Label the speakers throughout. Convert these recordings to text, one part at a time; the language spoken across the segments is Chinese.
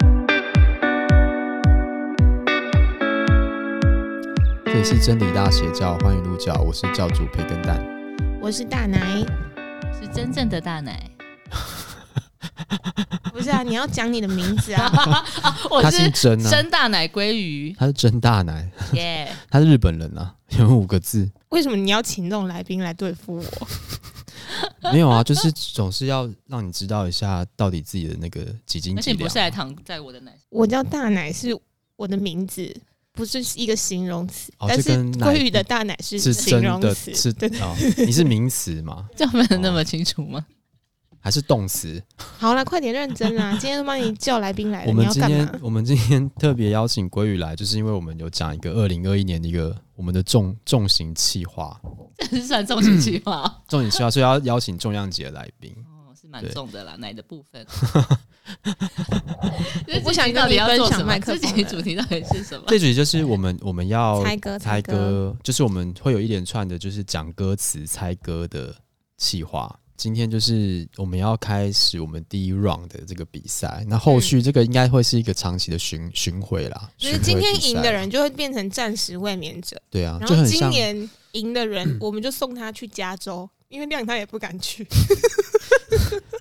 Speaker 1: 嗯
Speaker 2: 是真理大邪教，欢迎入教，我是教主培根蛋。
Speaker 1: 我是大 奶，
Speaker 3: 是真正的大奶。
Speaker 1: 不是啊，你要讲你的名字 啊，
Speaker 3: 我
Speaker 2: 他姓
Speaker 3: 是
Speaker 2: 真啊，
Speaker 3: 真大奶鲑 鱼，
Speaker 2: 他是真大奶，
Speaker 3: 耶、
Speaker 2: 他是日本人啊，有五个字。
Speaker 1: 为什么你要请这种来宾来对付我？
Speaker 2: 没有啊，就是总是要让你知道一下到底自己的那个几斤
Speaker 3: 而
Speaker 2: 几
Speaker 3: 且不
Speaker 2: 两
Speaker 3: 是。来躺在我的奶上，
Speaker 1: 我叫大奶是我的名字，不是一个形容词，
Speaker 2: 哦
Speaker 1: 但
Speaker 2: 这
Speaker 1: 是
Speaker 2: 跟奶
Speaker 1: 鲑鱼的大奶是
Speaker 2: 是
Speaker 1: 形
Speaker 2: 真
Speaker 1: 容
Speaker 2: 的
Speaker 1: 词，
Speaker 2: 是
Speaker 1: 对对。
Speaker 2: 哦，你是名词吗？
Speaker 3: 这样分得那么清楚吗？
Speaker 2: 还是动词？
Speaker 1: 好了，快点认 真啦！今天都帮你叫来宾来
Speaker 2: 我
Speaker 1: 了，哎你
Speaker 2: 们
Speaker 1: 要
Speaker 2: 今
Speaker 1: 干
Speaker 2: 天
Speaker 1: 嘛？
Speaker 2: 我们今天特别邀请鲑鱼来，就是因为我们有讲一个二零二一年的一个我们的重重型企划，
Speaker 3: 这是算重型计划 哦
Speaker 2: 重型企划，所以要邀请重量级的来宾。
Speaker 3: 哦，是蛮
Speaker 2: 对
Speaker 3: 重的啦，奶的部分。
Speaker 1: 我不想
Speaker 3: 这集到
Speaker 1: 跟
Speaker 3: 底
Speaker 1: 你
Speaker 3: 要
Speaker 1: 分
Speaker 3: 做
Speaker 1: 享
Speaker 3: 什么？
Speaker 1: 麦克
Speaker 3: 这
Speaker 1: 风
Speaker 3: 集
Speaker 1: 了
Speaker 3: 主题到底是什么？
Speaker 2: 这局就是我们我们要
Speaker 1: 呃猜歌，
Speaker 2: 哦猜
Speaker 1: 歌，
Speaker 2: 歌，就是我们会有一连串的，就是讲歌词、猜歌的企划。今天就是我们要开始我们第一 round 的这个比赛，那后续这个应该会是一个长期的巡巡回啦。
Speaker 1: 嗯就是
Speaker 2: 巡回
Speaker 1: 今天
Speaker 2: 比赛
Speaker 1: 赢的，人就会变成暂时卫冕者，
Speaker 2: 对啊，
Speaker 1: 然
Speaker 2: 就
Speaker 1: 后
Speaker 2: 很
Speaker 1: 今
Speaker 2: 像
Speaker 1: 年赢 的人，我们就送他去加州，因为亮他也不敢去，？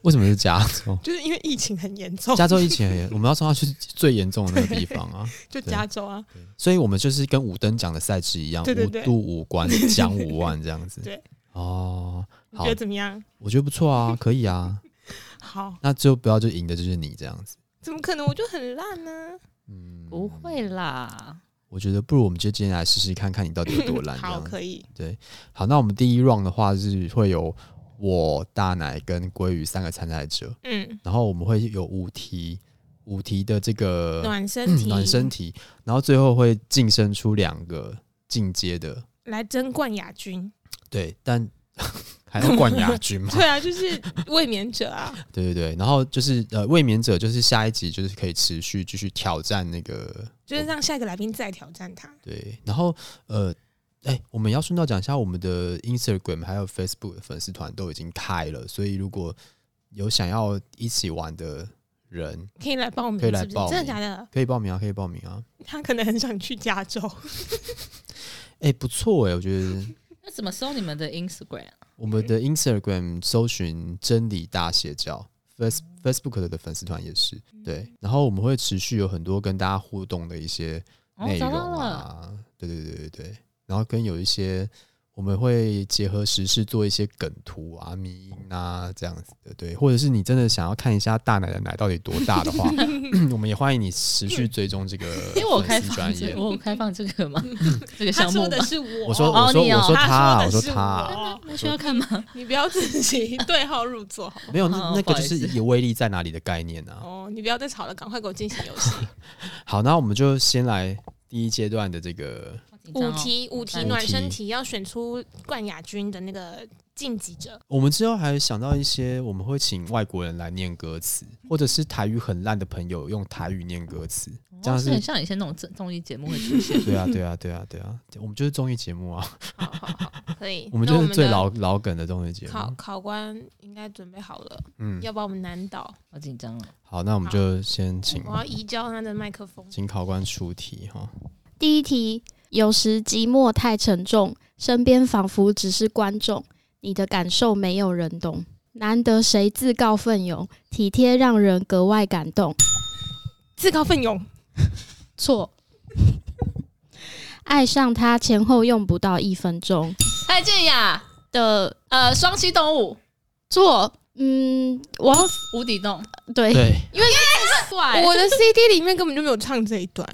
Speaker 2: 为什么是加州
Speaker 1: 就是因为疫情很严重，
Speaker 2: 加州疫情很严，我们要送他去最严重的那个地方啊，
Speaker 1: 就加州啊，
Speaker 2: 所以我们就是跟五等奖的赛制一样，
Speaker 1: 对对对
Speaker 2: 五度五关奖五万这样子。
Speaker 1: 对，
Speaker 2: 哦，
Speaker 1: 你
Speaker 2: 好
Speaker 1: 觉得，怎么样？
Speaker 2: 我觉得不错啊，可以啊，
Speaker 1: 好，
Speaker 2: 那就不要就赢的就是你这样子。
Speaker 1: 怎么可能？我就很烂呢、啊
Speaker 2: 嗯，
Speaker 3: 不会啦，
Speaker 2: 我觉得不如我们就今天来试试看看你到底 有多 烂。啊这
Speaker 1: 好，
Speaker 2: 样
Speaker 1: 可以。
Speaker 2: 好，那我们第一 round 的话是会有我、大奶跟鲑鱼三个参赛者，
Speaker 1: 嗯，
Speaker 2: 然后我们会有五题，五题的这个
Speaker 1: 暖身体，
Speaker 2: 啊嗯暖身题，然后最后会晋升出两个进阶的，
Speaker 1: 来争冠亚 军。
Speaker 2: 对，但还要冠 亚军嘛？
Speaker 1: 对啊，就是卫冕者啊。
Speaker 2: 对对对，然后就是呃，卫冕者就是下一集就是可以持续继续挑战那个
Speaker 1: 就是让下一个来宾再挑战他。
Speaker 2: 对，然后呃，哎、我们要顺道讲一下，我们的 Instagram 还有 Facebook 的粉丝团都已经开了，所以如果有想要一起玩的人，
Speaker 1: 可以来报名，
Speaker 2: 可以来
Speaker 1: 是不是
Speaker 2: 报名
Speaker 1: 真的假的？
Speaker 2: 可以报名啊，可以报名啊。
Speaker 1: 他可能很想去加 州，
Speaker 2: 哎、不错哎、我觉得
Speaker 3: 那怎么搜你们的 Instagram？
Speaker 2: 我们的 Instagram 搜寻真理大邪教。Face Facebook 的粉丝团也是对，然后我们会持续有很多跟大家互动的一些
Speaker 3: 哦
Speaker 2: 内，
Speaker 3: 找到
Speaker 2: 容
Speaker 3: 了，
Speaker 2: 啊，对对对对对，然后跟有一些我们会结合时事做一些梗图啊、迷音啊这样子的，对，或者是你真的想要看一下大奶的奶到底多大的 话，我们也欢迎你持续追踪这个
Speaker 3: 因为我
Speaker 2: 粉
Speaker 3: 开
Speaker 2: 丝
Speaker 3: 放
Speaker 2: 专
Speaker 3: 这
Speaker 2: 业
Speaker 3: 个，。我有开放 这个吗？这个
Speaker 1: 他
Speaker 3: 项目
Speaker 1: 说的
Speaker 3: 吗？
Speaker 1: 是我。
Speaker 2: 我说
Speaker 3: 哦
Speaker 2: 我说
Speaker 3: 你哦
Speaker 2: 我说
Speaker 1: 他
Speaker 2: 啊，我
Speaker 1: 的
Speaker 2: 说
Speaker 1: 是
Speaker 2: 他啊，
Speaker 1: 我，
Speaker 3: 那需要看吗？
Speaker 1: 你不要自己对号入座好吗？
Speaker 2: 没有
Speaker 3: 哦
Speaker 2: 那那
Speaker 3: 不
Speaker 2: 个
Speaker 3: 好
Speaker 2: 就
Speaker 3: 意
Speaker 2: 是
Speaker 3: 思
Speaker 2: 有威力在哪里的概念啊。
Speaker 1: 哦，你不要再吵了，赶快给我进行游戏。
Speaker 2: 好，那我们就先来第一阶段的这个，
Speaker 3: 好紧张
Speaker 1: 五
Speaker 3: 哦
Speaker 1: 题，五题
Speaker 2: 五
Speaker 1: 暖
Speaker 2: 题
Speaker 1: 身题要选出冠亚军的那个晋级者。
Speaker 2: 我们之后还想到一些，我们会请外国人来念歌词，或者是台语很烂的朋友用台语念歌词，这样
Speaker 3: 哦是很
Speaker 2: 是。。
Speaker 3: 像以前那种综综艺节目会出现
Speaker 2: 对啊，对啊，对啊，对啊，我们就是综艺节目啊，
Speaker 1: 好好好，可以。
Speaker 2: 我们
Speaker 1: 那
Speaker 2: 就是最
Speaker 1: 的
Speaker 2: 老老梗的综艺节
Speaker 1: 考
Speaker 2: 目。
Speaker 1: 考官应该准备好了，
Speaker 2: 嗯，
Speaker 1: 要把我们难倒。
Speaker 3: 好紧张啊！
Speaker 2: 好，那我们就先请
Speaker 1: 我要移交他的麦克风。
Speaker 2: 请考官出题哈。
Speaker 4: 第一题，有时寂寞太沉重，身边仿佛只是观众，你的感受没有人懂。难得谁自告奋勇，体贴让人格外感动。
Speaker 1: 自告奋勇，
Speaker 4: 错，爱上他前后用不到一分钟
Speaker 3: 蔡健雅，
Speaker 4: 的
Speaker 3: 呃，双栖动物
Speaker 4: 错。嗯，我要
Speaker 3: 无底 洞，
Speaker 4: 对
Speaker 2: 对，
Speaker 3: 怪
Speaker 1: 我的 CD 里面根本就没有唱这一段。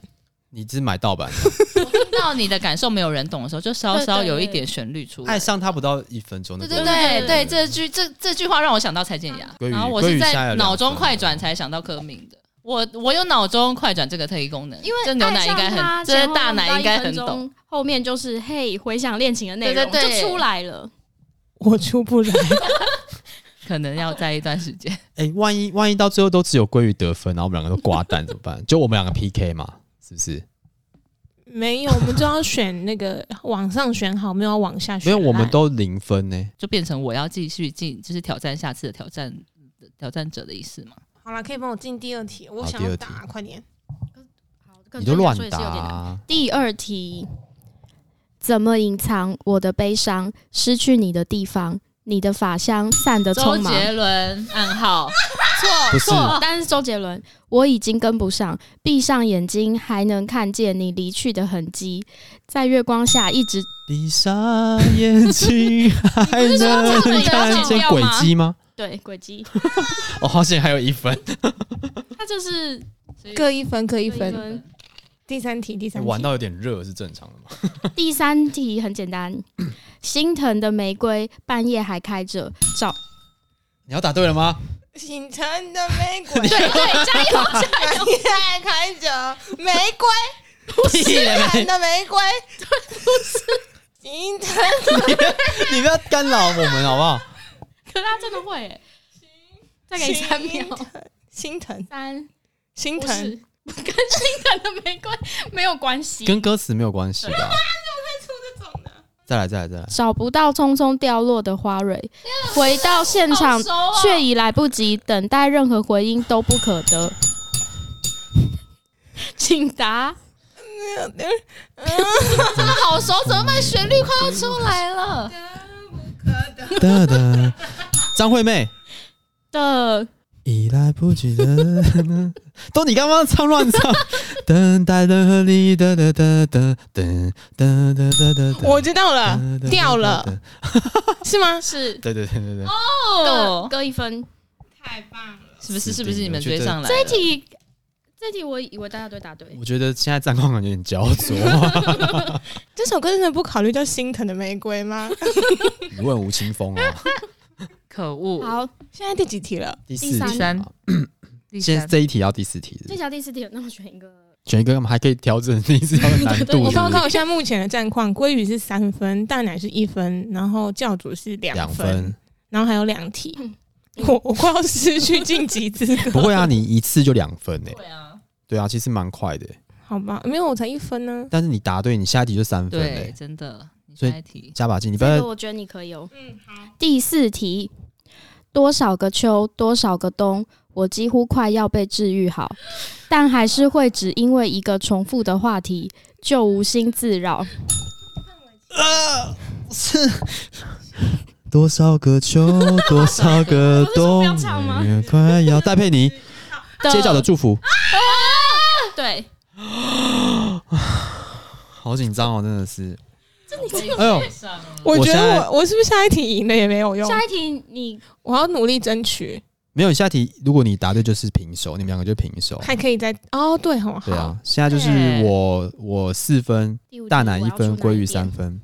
Speaker 2: 你只买盗版的，
Speaker 3: 听到你的感受没有人懂的时候，就稍稍有一点旋律出来。
Speaker 2: 爱上他不到一分钟的
Speaker 3: 对
Speaker 2: 歌。
Speaker 3: 对对对，这句这这句话让我想到蔡健雅，
Speaker 2: 鲑鱼
Speaker 3: 然后我
Speaker 2: 鲑
Speaker 3: 是
Speaker 2: 鱼下有
Speaker 3: 在
Speaker 2: 两
Speaker 3: 脑中
Speaker 2: 分
Speaker 3: 快转才想到柯敏的。我我有脑中快转这个特异功能，因为这牛奶应该很，这大奶应该很懂。。
Speaker 4: 后面就是嘿，回想恋情的内容
Speaker 3: 对对对
Speaker 4: 就出来了。
Speaker 1: 我出不来，
Speaker 3: 可能要在一段时间。
Speaker 2: 哎，万一万一到最后都只有鲑鱼得分，然后我们两个都挂蛋怎么办？就我们两个 PK 嘛，是不是？
Speaker 1: 没有，我们就要选那个往上选好，没有要往下选哎
Speaker 2: 因为
Speaker 1: 烂。
Speaker 2: 我们都零分呢。
Speaker 3: 就变成我要继续进，就是挑战下次的挑战挑战者的意思嘛。
Speaker 1: 好了，可以帮我进第二题，我
Speaker 2: 好
Speaker 1: 想
Speaker 2: 第
Speaker 1: 要
Speaker 2: 二
Speaker 1: 打，
Speaker 2: 题
Speaker 1: 快点。
Speaker 2: 你都乱答啊、
Speaker 4: 第二题，怎么隐藏我的悲伤？失去你的地方，你的发香散得
Speaker 3: 周
Speaker 4: 匆忙。
Speaker 3: 杰伦暗号
Speaker 2: 不
Speaker 3: 错
Speaker 2: 是
Speaker 3: 错，
Speaker 4: 但是周杰伦，我已经跟不上，闭上眼睛还能看见你离去的痕迹，在月光下一直
Speaker 2: 闭上眼睛还能
Speaker 3: 唱的
Speaker 2: 看
Speaker 3: 有剪
Speaker 2: 见
Speaker 3: 掉
Speaker 2: 轨
Speaker 3: 吗
Speaker 2: 迹吗？
Speaker 4: 对轨 迹，
Speaker 2: 哦，好险还有一分，
Speaker 4: 他就是
Speaker 1: 各一分，各一
Speaker 4: 各一
Speaker 1: 分。
Speaker 4: 分
Speaker 1: 第三题，第三题，
Speaker 2: 玩到有点热是正常的嘛？
Speaker 4: 第三题很简单，心疼的玫瑰半夜还开着，找
Speaker 2: 你要答对了吗？
Speaker 1: 醒城的玫瑰，
Speaker 4: 对对，加油！
Speaker 1: 满夜开着玫瑰，
Speaker 2: 屁嘞
Speaker 1: 满的玫 瑰，不是 醒城
Speaker 2: 你不要干扰我们好不好？
Speaker 4: 可是他真的会欸，再给你三秒，
Speaker 1: 心疼，
Speaker 4: 三
Speaker 1: 心
Speaker 4: 不
Speaker 1: 疼，
Speaker 4: 是 跟心疼的玫瑰没有关系。
Speaker 2: 跟歌词没有关系吧？再来，再来，再来！
Speaker 4: 找不到匆匆掉落的花蕊，回到现场
Speaker 3: 啊
Speaker 4: 却已来不及，等待任何回音都不可 得。请答，
Speaker 3: 真的好熟，怎么办？旋律快要出来了，
Speaker 2: 哒哒，张惠妹，
Speaker 4: 的
Speaker 2: 已来不及的，都你刚刚唱乱唱，等待的和你的的的的等等等等等，
Speaker 1: 我知道了，掉了，是吗？
Speaker 4: 是
Speaker 2: 对对对对对，
Speaker 4: 各
Speaker 3: 哦，
Speaker 4: 各一分。
Speaker 3: 是不是？是不是你们
Speaker 2: 我觉得
Speaker 3: 追上来了？
Speaker 4: 这一题，这一题我以为大家都会答对。
Speaker 2: 我觉得现在战况感觉有点焦 灼，
Speaker 1: 这首歌真的不考虑叫心疼的玫瑰吗？
Speaker 2: 一问无清风啊。
Speaker 3: 可恶，
Speaker 4: 好，
Speaker 1: 现在第几题了？
Speaker 2: 第
Speaker 4: 第
Speaker 2: 四
Speaker 4: 三
Speaker 2: 题
Speaker 3: 三
Speaker 2: 嘛，
Speaker 3: 第
Speaker 2: 现在
Speaker 3: 三
Speaker 2: 这一题要第四题是不
Speaker 4: 这
Speaker 2: 是，
Speaker 4: 条第四题，那我选一个。
Speaker 2: 选一个，我们还可以调整第四条的难
Speaker 4: 对对
Speaker 2: 度
Speaker 1: 我
Speaker 2: 是
Speaker 1: 刚
Speaker 2: 不
Speaker 1: 刚
Speaker 2: 是，
Speaker 1: 看一下目前的战况，鲑鱼是三分，大奶是一分，然后教主是两
Speaker 2: 两
Speaker 1: 分，
Speaker 2: 分。
Speaker 1: 然后还有两题。
Speaker 4: 嗯
Speaker 1: 我我快要失去晋级资格，
Speaker 2: 不会啊，你一次就两分诶、
Speaker 3: 对啊，
Speaker 2: 对啊，其实蛮快的、欸。
Speaker 1: 好吧？没有，我才一分呢、
Speaker 2: 但是你答对，你下一题就三分诶、
Speaker 3: 对，真的。你
Speaker 2: 所以
Speaker 3: 下一题，
Speaker 2: 加把劲，你不
Speaker 4: 这
Speaker 2: 要
Speaker 4: 个我觉得你可以哦。
Speaker 1: 嗯，好。
Speaker 4: 第四题，多少个秋，多少个冬，我几乎快要被治愈好，但还是会只因为一个重复的话题就无心自扰。
Speaker 2: 呃是多少个秋，多少个冬
Speaker 4: 不要唱吗，啊
Speaker 2: 快要戴佩妮 街角的祝福，
Speaker 4: 对，
Speaker 2: 好紧张哦，真的是。哎
Speaker 3: 哎
Speaker 2: 呦
Speaker 3: 呦，
Speaker 1: 我觉
Speaker 2: 我现
Speaker 1: 得
Speaker 2: 在
Speaker 1: 我我是不是下一题赢了也没有用？
Speaker 4: 下一题你
Speaker 1: 我要努力争取，
Speaker 2: 没有下一题，如果你答对就是平手，你们两个就平手。
Speaker 1: 还可以再哦，对哦，
Speaker 2: 对
Speaker 1: 好，
Speaker 2: 啊，现在就是
Speaker 3: 对
Speaker 2: 我我四分，
Speaker 4: 第五题
Speaker 2: 大奶一
Speaker 4: 我要
Speaker 2: 分，
Speaker 4: 出哪
Speaker 2: 鲑
Speaker 4: 一
Speaker 2: 鱼
Speaker 4: 边
Speaker 2: 三。分。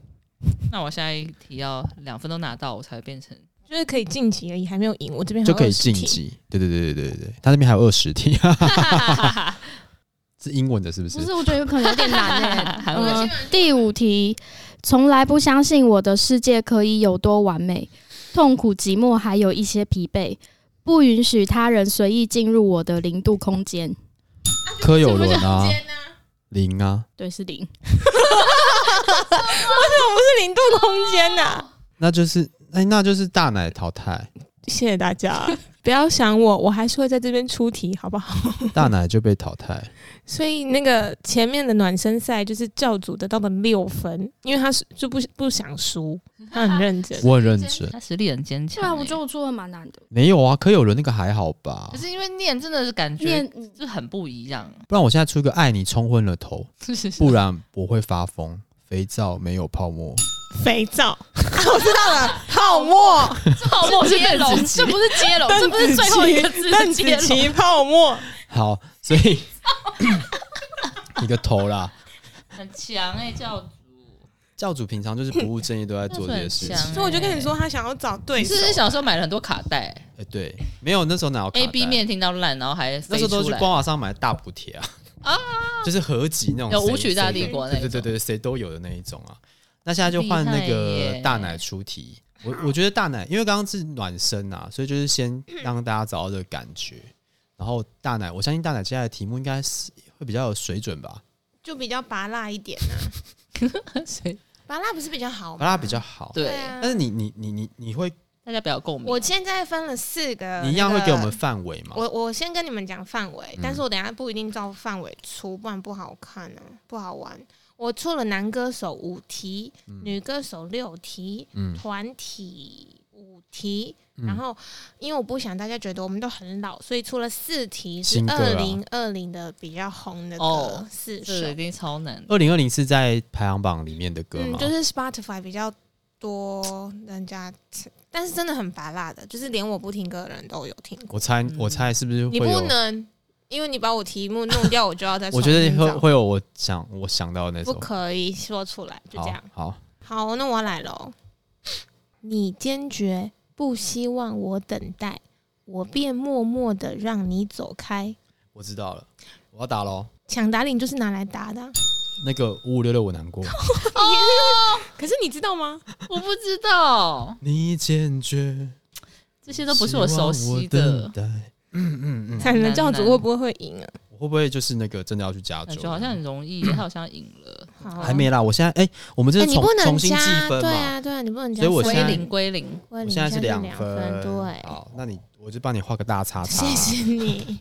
Speaker 3: 那我下一题要两分都拿到，我才会变 成
Speaker 1: 就是可以晋级而已，还没有赢。我这边还
Speaker 2: 就
Speaker 1: 有
Speaker 2: 可以
Speaker 1: 20题
Speaker 2: 晋。级。对对对对对对对，他那边还有二十题， 是英文的，是不是
Speaker 4: 不？是，我觉得有可能有点难哎、
Speaker 3: 韩文
Speaker 4: 嗯第五题，从来不相信我的世界可以有多完美，痛苦、寂寞，还有一些疲惫，不允许他人随意进入我的零度空间。
Speaker 2: 柯有伦啊，零啊，
Speaker 4: 对，是零。
Speaker 1: 不是零度空间呐、
Speaker 2: 那就是哎，那就是大奶淘汰，
Speaker 1: 谢谢大家， 不要想我，我还是会在这边出题，好不好？
Speaker 2: 大奶就被淘汰。
Speaker 1: 所以那个前面的暖身赛就是教主得到的六分，因为他是就不不想输，他很认真。
Speaker 2: 我很认真，
Speaker 3: 他实力很坚强
Speaker 4: 对
Speaker 3: 欸。
Speaker 4: 啊，我觉得我做的蛮难的。
Speaker 2: 没有啊，柯有伦那个还好吧
Speaker 3: 可？是因为念真的是感觉
Speaker 4: 念嗯
Speaker 3: 就很不一样，
Speaker 2: 不然我现在出一个爱你冲昏了头，
Speaker 3: 啊
Speaker 2: 不然我会发疯。肥皂没有泡沫，
Speaker 1: 肥皂，啊我知道了，泡 沫，
Speaker 3: 泡沫接龙，这不是接龙，这不是最后一个字
Speaker 1: 邓
Speaker 3: 是
Speaker 1: 紫
Speaker 3: 接龙。
Speaker 1: 棋泡沫，
Speaker 2: 好，所以你的头啦。
Speaker 3: 很强哎，教主
Speaker 2: 教主平常就是不务正业，都在做这些事
Speaker 3: 那算很
Speaker 2: 情。
Speaker 1: 所以我就跟你说，他想要找对
Speaker 3: 你
Speaker 1: 手
Speaker 3: 是不。是小时候买了很多卡带
Speaker 2: 哎、对，没有那时候哪有卡带
Speaker 3: ？A B 面听到烂，然后还
Speaker 2: 那
Speaker 3: 飞
Speaker 2: 时候都
Speaker 3: 出
Speaker 2: 去
Speaker 3: 来。
Speaker 2: 官网上买大补贴啊，啊，就是合集那种
Speaker 3: 有
Speaker 2: 谁
Speaker 3: 舞曲大帝国
Speaker 2: 谁
Speaker 3: 那一
Speaker 2: 对对
Speaker 3: 种
Speaker 2: 对对，谁都有的那一种啊。那现在就换那
Speaker 3: 厉害
Speaker 2: 个
Speaker 3: 耶
Speaker 2: 大奶出题，我我觉得大奶，因为刚刚是暖身啊，所以就是先让大家找到这个感觉。然后大奶，我相信大奶接下来的题目应该是会比较有水准吧，
Speaker 1: 就比较拔辣一 点呢、啊
Speaker 3: 谁
Speaker 1: 拔辣不是比较好
Speaker 2: 巴拉比较好。
Speaker 3: 对，
Speaker 1: 啊
Speaker 2: 但是你你你你你会，
Speaker 3: 大家不要共鸣。
Speaker 1: 我现在分了四呃个，
Speaker 2: 你一样会给我们。范围吗？
Speaker 1: 我我先跟你们讲范围
Speaker 2: 嗯，
Speaker 1: 啊但是我等一下不一定照范围出，不然不好看呢、不好玩。我出了男歌手五题，女歌手六题，
Speaker 2: 嗯
Speaker 1: 团体五题，
Speaker 2: 嗯
Speaker 1: 然后因为我不想大家觉得我们都很老，所以出了四题是
Speaker 2: 新歌啊
Speaker 1: 二零二零的比较红的歌
Speaker 3: 哦，
Speaker 1: 四
Speaker 3: 这个
Speaker 1: 首
Speaker 3: 一，定超难。
Speaker 2: 二零二零是在排行榜里面的歌
Speaker 1: 嗯，
Speaker 2: 吗？
Speaker 1: 就是 Spotify 比较多人家吃，但是真的很拔辣的，就是连我不听歌的人都有听过。
Speaker 2: 我猜，
Speaker 3: 嗯
Speaker 2: 我猜是不是会
Speaker 1: 你不
Speaker 2: 有？
Speaker 1: 能，因为你把我题目弄掉，我就要再
Speaker 2: 我觉得
Speaker 1: 重新
Speaker 2: 会
Speaker 1: 找
Speaker 2: 会有我想我想到的那
Speaker 1: 不
Speaker 2: 首。
Speaker 1: 可以说出来，就这样。
Speaker 2: 好，好，
Speaker 1: 好，那我来喽。你坚决不希望我等待，我便默默的让你走开。
Speaker 2: 我知道了，我要打喽。
Speaker 1: 抢答铃就是拿来答的啊、
Speaker 2: 那个五五六六我难过，
Speaker 1: 可是你知道吗？
Speaker 2: 嗯
Speaker 3: 我不知道，
Speaker 2: 你坚决
Speaker 3: 这些都不是我熟悉的。
Speaker 2: 希望我等待嗯
Speaker 1: 惨了，
Speaker 3: 难
Speaker 1: 教主
Speaker 3: 难
Speaker 1: 会不会会赢啊？
Speaker 2: 我会不会就是那个真的要去加
Speaker 3: 感
Speaker 2: 州？
Speaker 3: 觉好像很 容易，他好像赢了，
Speaker 1: 好，
Speaker 2: 还没啦。我现在哎、我们这
Speaker 1: 哎、
Speaker 2: 是
Speaker 1: 你
Speaker 2: 重、
Speaker 1: 不能
Speaker 2: 重新
Speaker 1: 加
Speaker 2: 计，分
Speaker 1: 对
Speaker 2: 嘛？
Speaker 1: 啊，对啊，你不能加
Speaker 2: 所以
Speaker 1: 分。
Speaker 2: 我
Speaker 3: 归
Speaker 2: 现在
Speaker 3: 零归零。
Speaker 1: 我
Speaker 2: 我现在
Speaker 1: 是
Speaker 2: 是
Speaker 1: 两
Speaker 2: 分，
Speaker 1: 对，
Speaker 2: 好，那你我就帮你画个大叉叉。
Speaker 1: 谢谢你。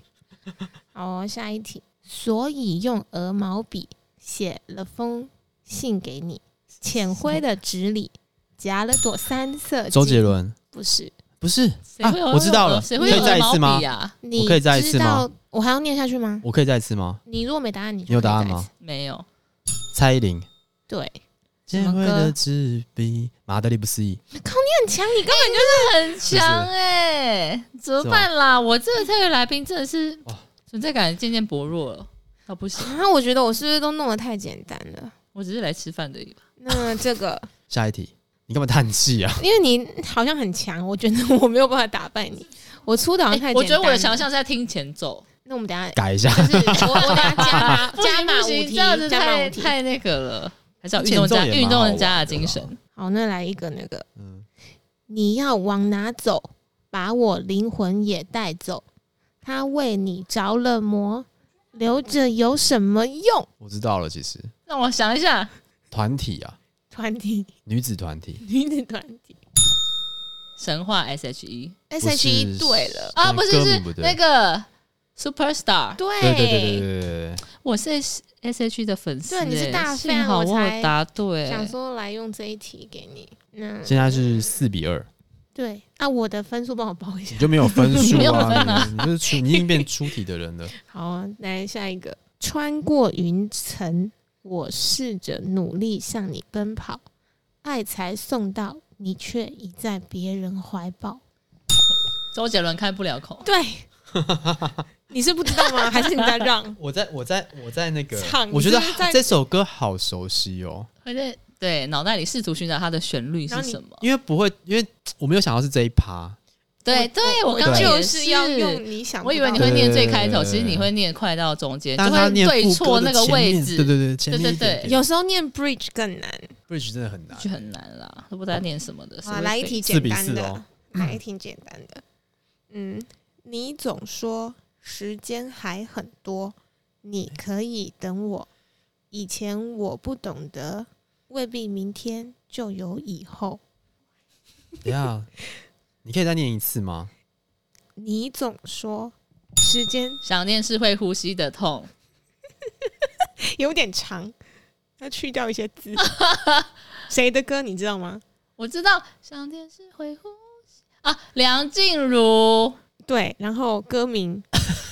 Speaker 1: 好，下一题。所以用鹅毛笔写了封信给你，浅灰的纸里夹了朵三色堇。
Speaker 2: 周杰伦
Speaker 1: 不是
Speaker 2: 不是
Speaker 3: 谁
Speaker 2: 啊
Speaker 3: 会有？
Speaker 2: 我知道了，
Speaker 3: 谁
Speaker 2: 可
Speaker 3: 会
Speaker 2: 以
Speaker 3: 有
Speaker 2: 再一次
Speaker 3: 鹅毛
Speaker 2: 吗
Speaker 3: 笔？啊？
Speaker 1: 你
Speaker 2: 可以再一次
Speaker 1: 知道
Speaker 2: 吗？
Speaker 1: 我还要念下去吗？
Speaker 2: 我可以再一次吗？
Speaker 1: 你如果没答案，你就
Speaker 2: 你有
Speaker 1: 可以
Speaker 2: 答案
Speaker 1: 再一
Speaker 2: 吗
Speaker 1: 次？？
Speaker 3: 没有，
Speaker 2: 蔡依林。
Speaker 1: 对，
Speaker 3: 什么
Speaker 2: 尖
Speaker 3: 歌
Speaker 2: 锐的纸笔，马德里不思议。
Speaker 1: 很强，你根本
Speaker 3: 很强哎、怎么办啦？我这个特约来宾真的是
Speaker 2: 哇
Speaker 3: 存在感渐渐薄弱了，啊不行，
Speaker 1: 啊！我觉得我是不是都弄得太简单了？
Speaker 3: 我只是来吃饭的而已吧。
Speaker 1: 那这个，
Speaker 2: 下一题，你干嘛叹气 啊？
Speaker 1: 因为你好像很强，我觉得我没有办法打败你。我出的好像太简
Speaker 3: 欸
Speaker 1: 单、
Speaker 3: 我觉得我的强。项是在听前奏，
Speaker 1: 那我们等一下
Speaker 2: 改一下，
Speaker 1: 就是我我等下加
Speaker 3: 不
Speaker 1: 码
Speaker 3: 行
Speaker 1: 加
Speaker 3: 不
Speaker 1: 码
Speaker 3: 行
Speaker 1: 五题，
Speaker 3: 这样子
Speaker 1: 加码
Speaker 3: 太
Speaker 1: 五题。
Speaker 3: 太那个了，还是要运
Speaker 2: 前
Speaker 3: 动
Speaker 2: 奏
Speaker 3: 家
Speaker 2: 也蛮
Speaker 3: 运
Speaker 2: 好
Speaker 3: 动
Speaker 2: 玩
Speaker 3: 家
Speaker 2: 的
Speaker 3: 的精
Speaker 2: 啦
Speaker 3: 神。
Speaker 1: 好，那来一个那个，
Speaker 2: 嗯，
Speaker 1: 你要往哪走，把我灵魂也带走。他为你着了魔，留着有什么用？
Speaker 2: 我知道了，其实
Speaker 3: 让我想一下，
Speaker 2: 团体啊，
Speaker 1: 团体
Speaker 2: 女子团体
Speaker 1: 女子团体
Speaker 3: 神话 S H E
Speaker 1: S H
Speaker 2: 不
Speaker 1: E
Speaker 2: 是
Speaker 1: 对了，
Speaker 3: 啊，
Speaker 2: 对
Speaker 3: 不是
Speaker 2: 歌
Speaker 3: 是
Speaker 2: 名不对
Speaker 3: 那个 Superstar，
Speaker 1: 对
Speaker 2: 对对对对对对对，
Speaker 3: 我是 S H E 的粉丝欸，
Speaker 1: 对你是大 fan，
Speaker 3: 幸好
Speaker 1: 我
Speaker 3: 我
Speaker 1: 才
Speaker 3: 有答对，
Speaker 1: 想说来用这一题给你。那
Speaker 2: 现在是四比二，
Speaker 1: 对啊，我的分数帮我报一下
Speaker 2: 你。就没有分数
Speaker 3: 没有分
Speaker 2: 啊，
Speaker 3: 啊
Speaker 2: 你就是出，你已经变出题的人了。
Speaker 1: 好啊，来下一个。穿过云层，我试着努力向你奔跑，爱才送到，你却已在别人怀抱。
Speaker 3: 周杰伦开不了口，
Speaker 1: 对，你是不知道吗？还是你在让？
Speaker 2: 我在我在我在那个
Speaker 1: 唱，
Speaker 2: 我觉得
Speaker 1: 你就是在
Speaker 2: 这首歌好熟悉哦，
Speaker 3: 会在对脑袋里试图寻找它的旋律
Speaker 1: 然
Speaker 3: 是
Speaker 1: 后你
Speaker 3: 什么。
Speaker 2: 因为不会，因为我没有想到是这一趴，
Speaker 3: 对对，我刚刚
Speaker 1: 就
Speaker 3: 也
Speaker 1: 是要用你想不
Speaker 3: 我
Speaker 1: 到的，
Speaker 3: 以为你会念最开头，
Speaker 2: 对
Speaker 3: 其实你会念快到中间，
Speaker 2: 但
Speaker 3: 就是
Speaker 2: 他
Speaker 3: 会
Speaker 2: 念
Speaker 3: 对
Speaker 2: 副歌
Speaker 3: 错
Speaker 2: 的
Speaker 3: 那个
Speaker 2: 前
Speaker 3: 位
Speaker 2: 面
Speaker 3: 置，
Speaker 2: 对对对，前面一
Speaker 3: 对对
Speaker 2: 点
Speaker 3: 对
Speaker 2: 点
Speaker 1: 有时候念 bridge 更难。
Speaker 2: bridge 真的很难
Speaker 3: 就很难啦，都不知道念什么的。谁
Speaker 1: 好，
Speaker 3: 会
Speaker 1: 来一
Speaker 3: 背
Speaker 1: 题
Speaker 2: 四
Speaker 1: 简
Speaker 2: 比
Speaker 1: 单
Speaker 2: 四
Speaker 1: 的
Speaker 2: 哦，
Speaker 1: 来一题简单的。嗯，你总说时间还很多，你可以等我。以前我不懂得，未必明天就有以后。
Speaker 2: 等一下，你可以再念一次吗？
Speaker 1: 你总说时间
Speaker 3: 想念是会呼吸的痛，
Speaker 1: 有点长，要去掉一些字。 谁的歌你知道吗？
Speaker 3: 我知道想念是会呼吸啊。梁静茹
Speaker 1: 对，然后歌 名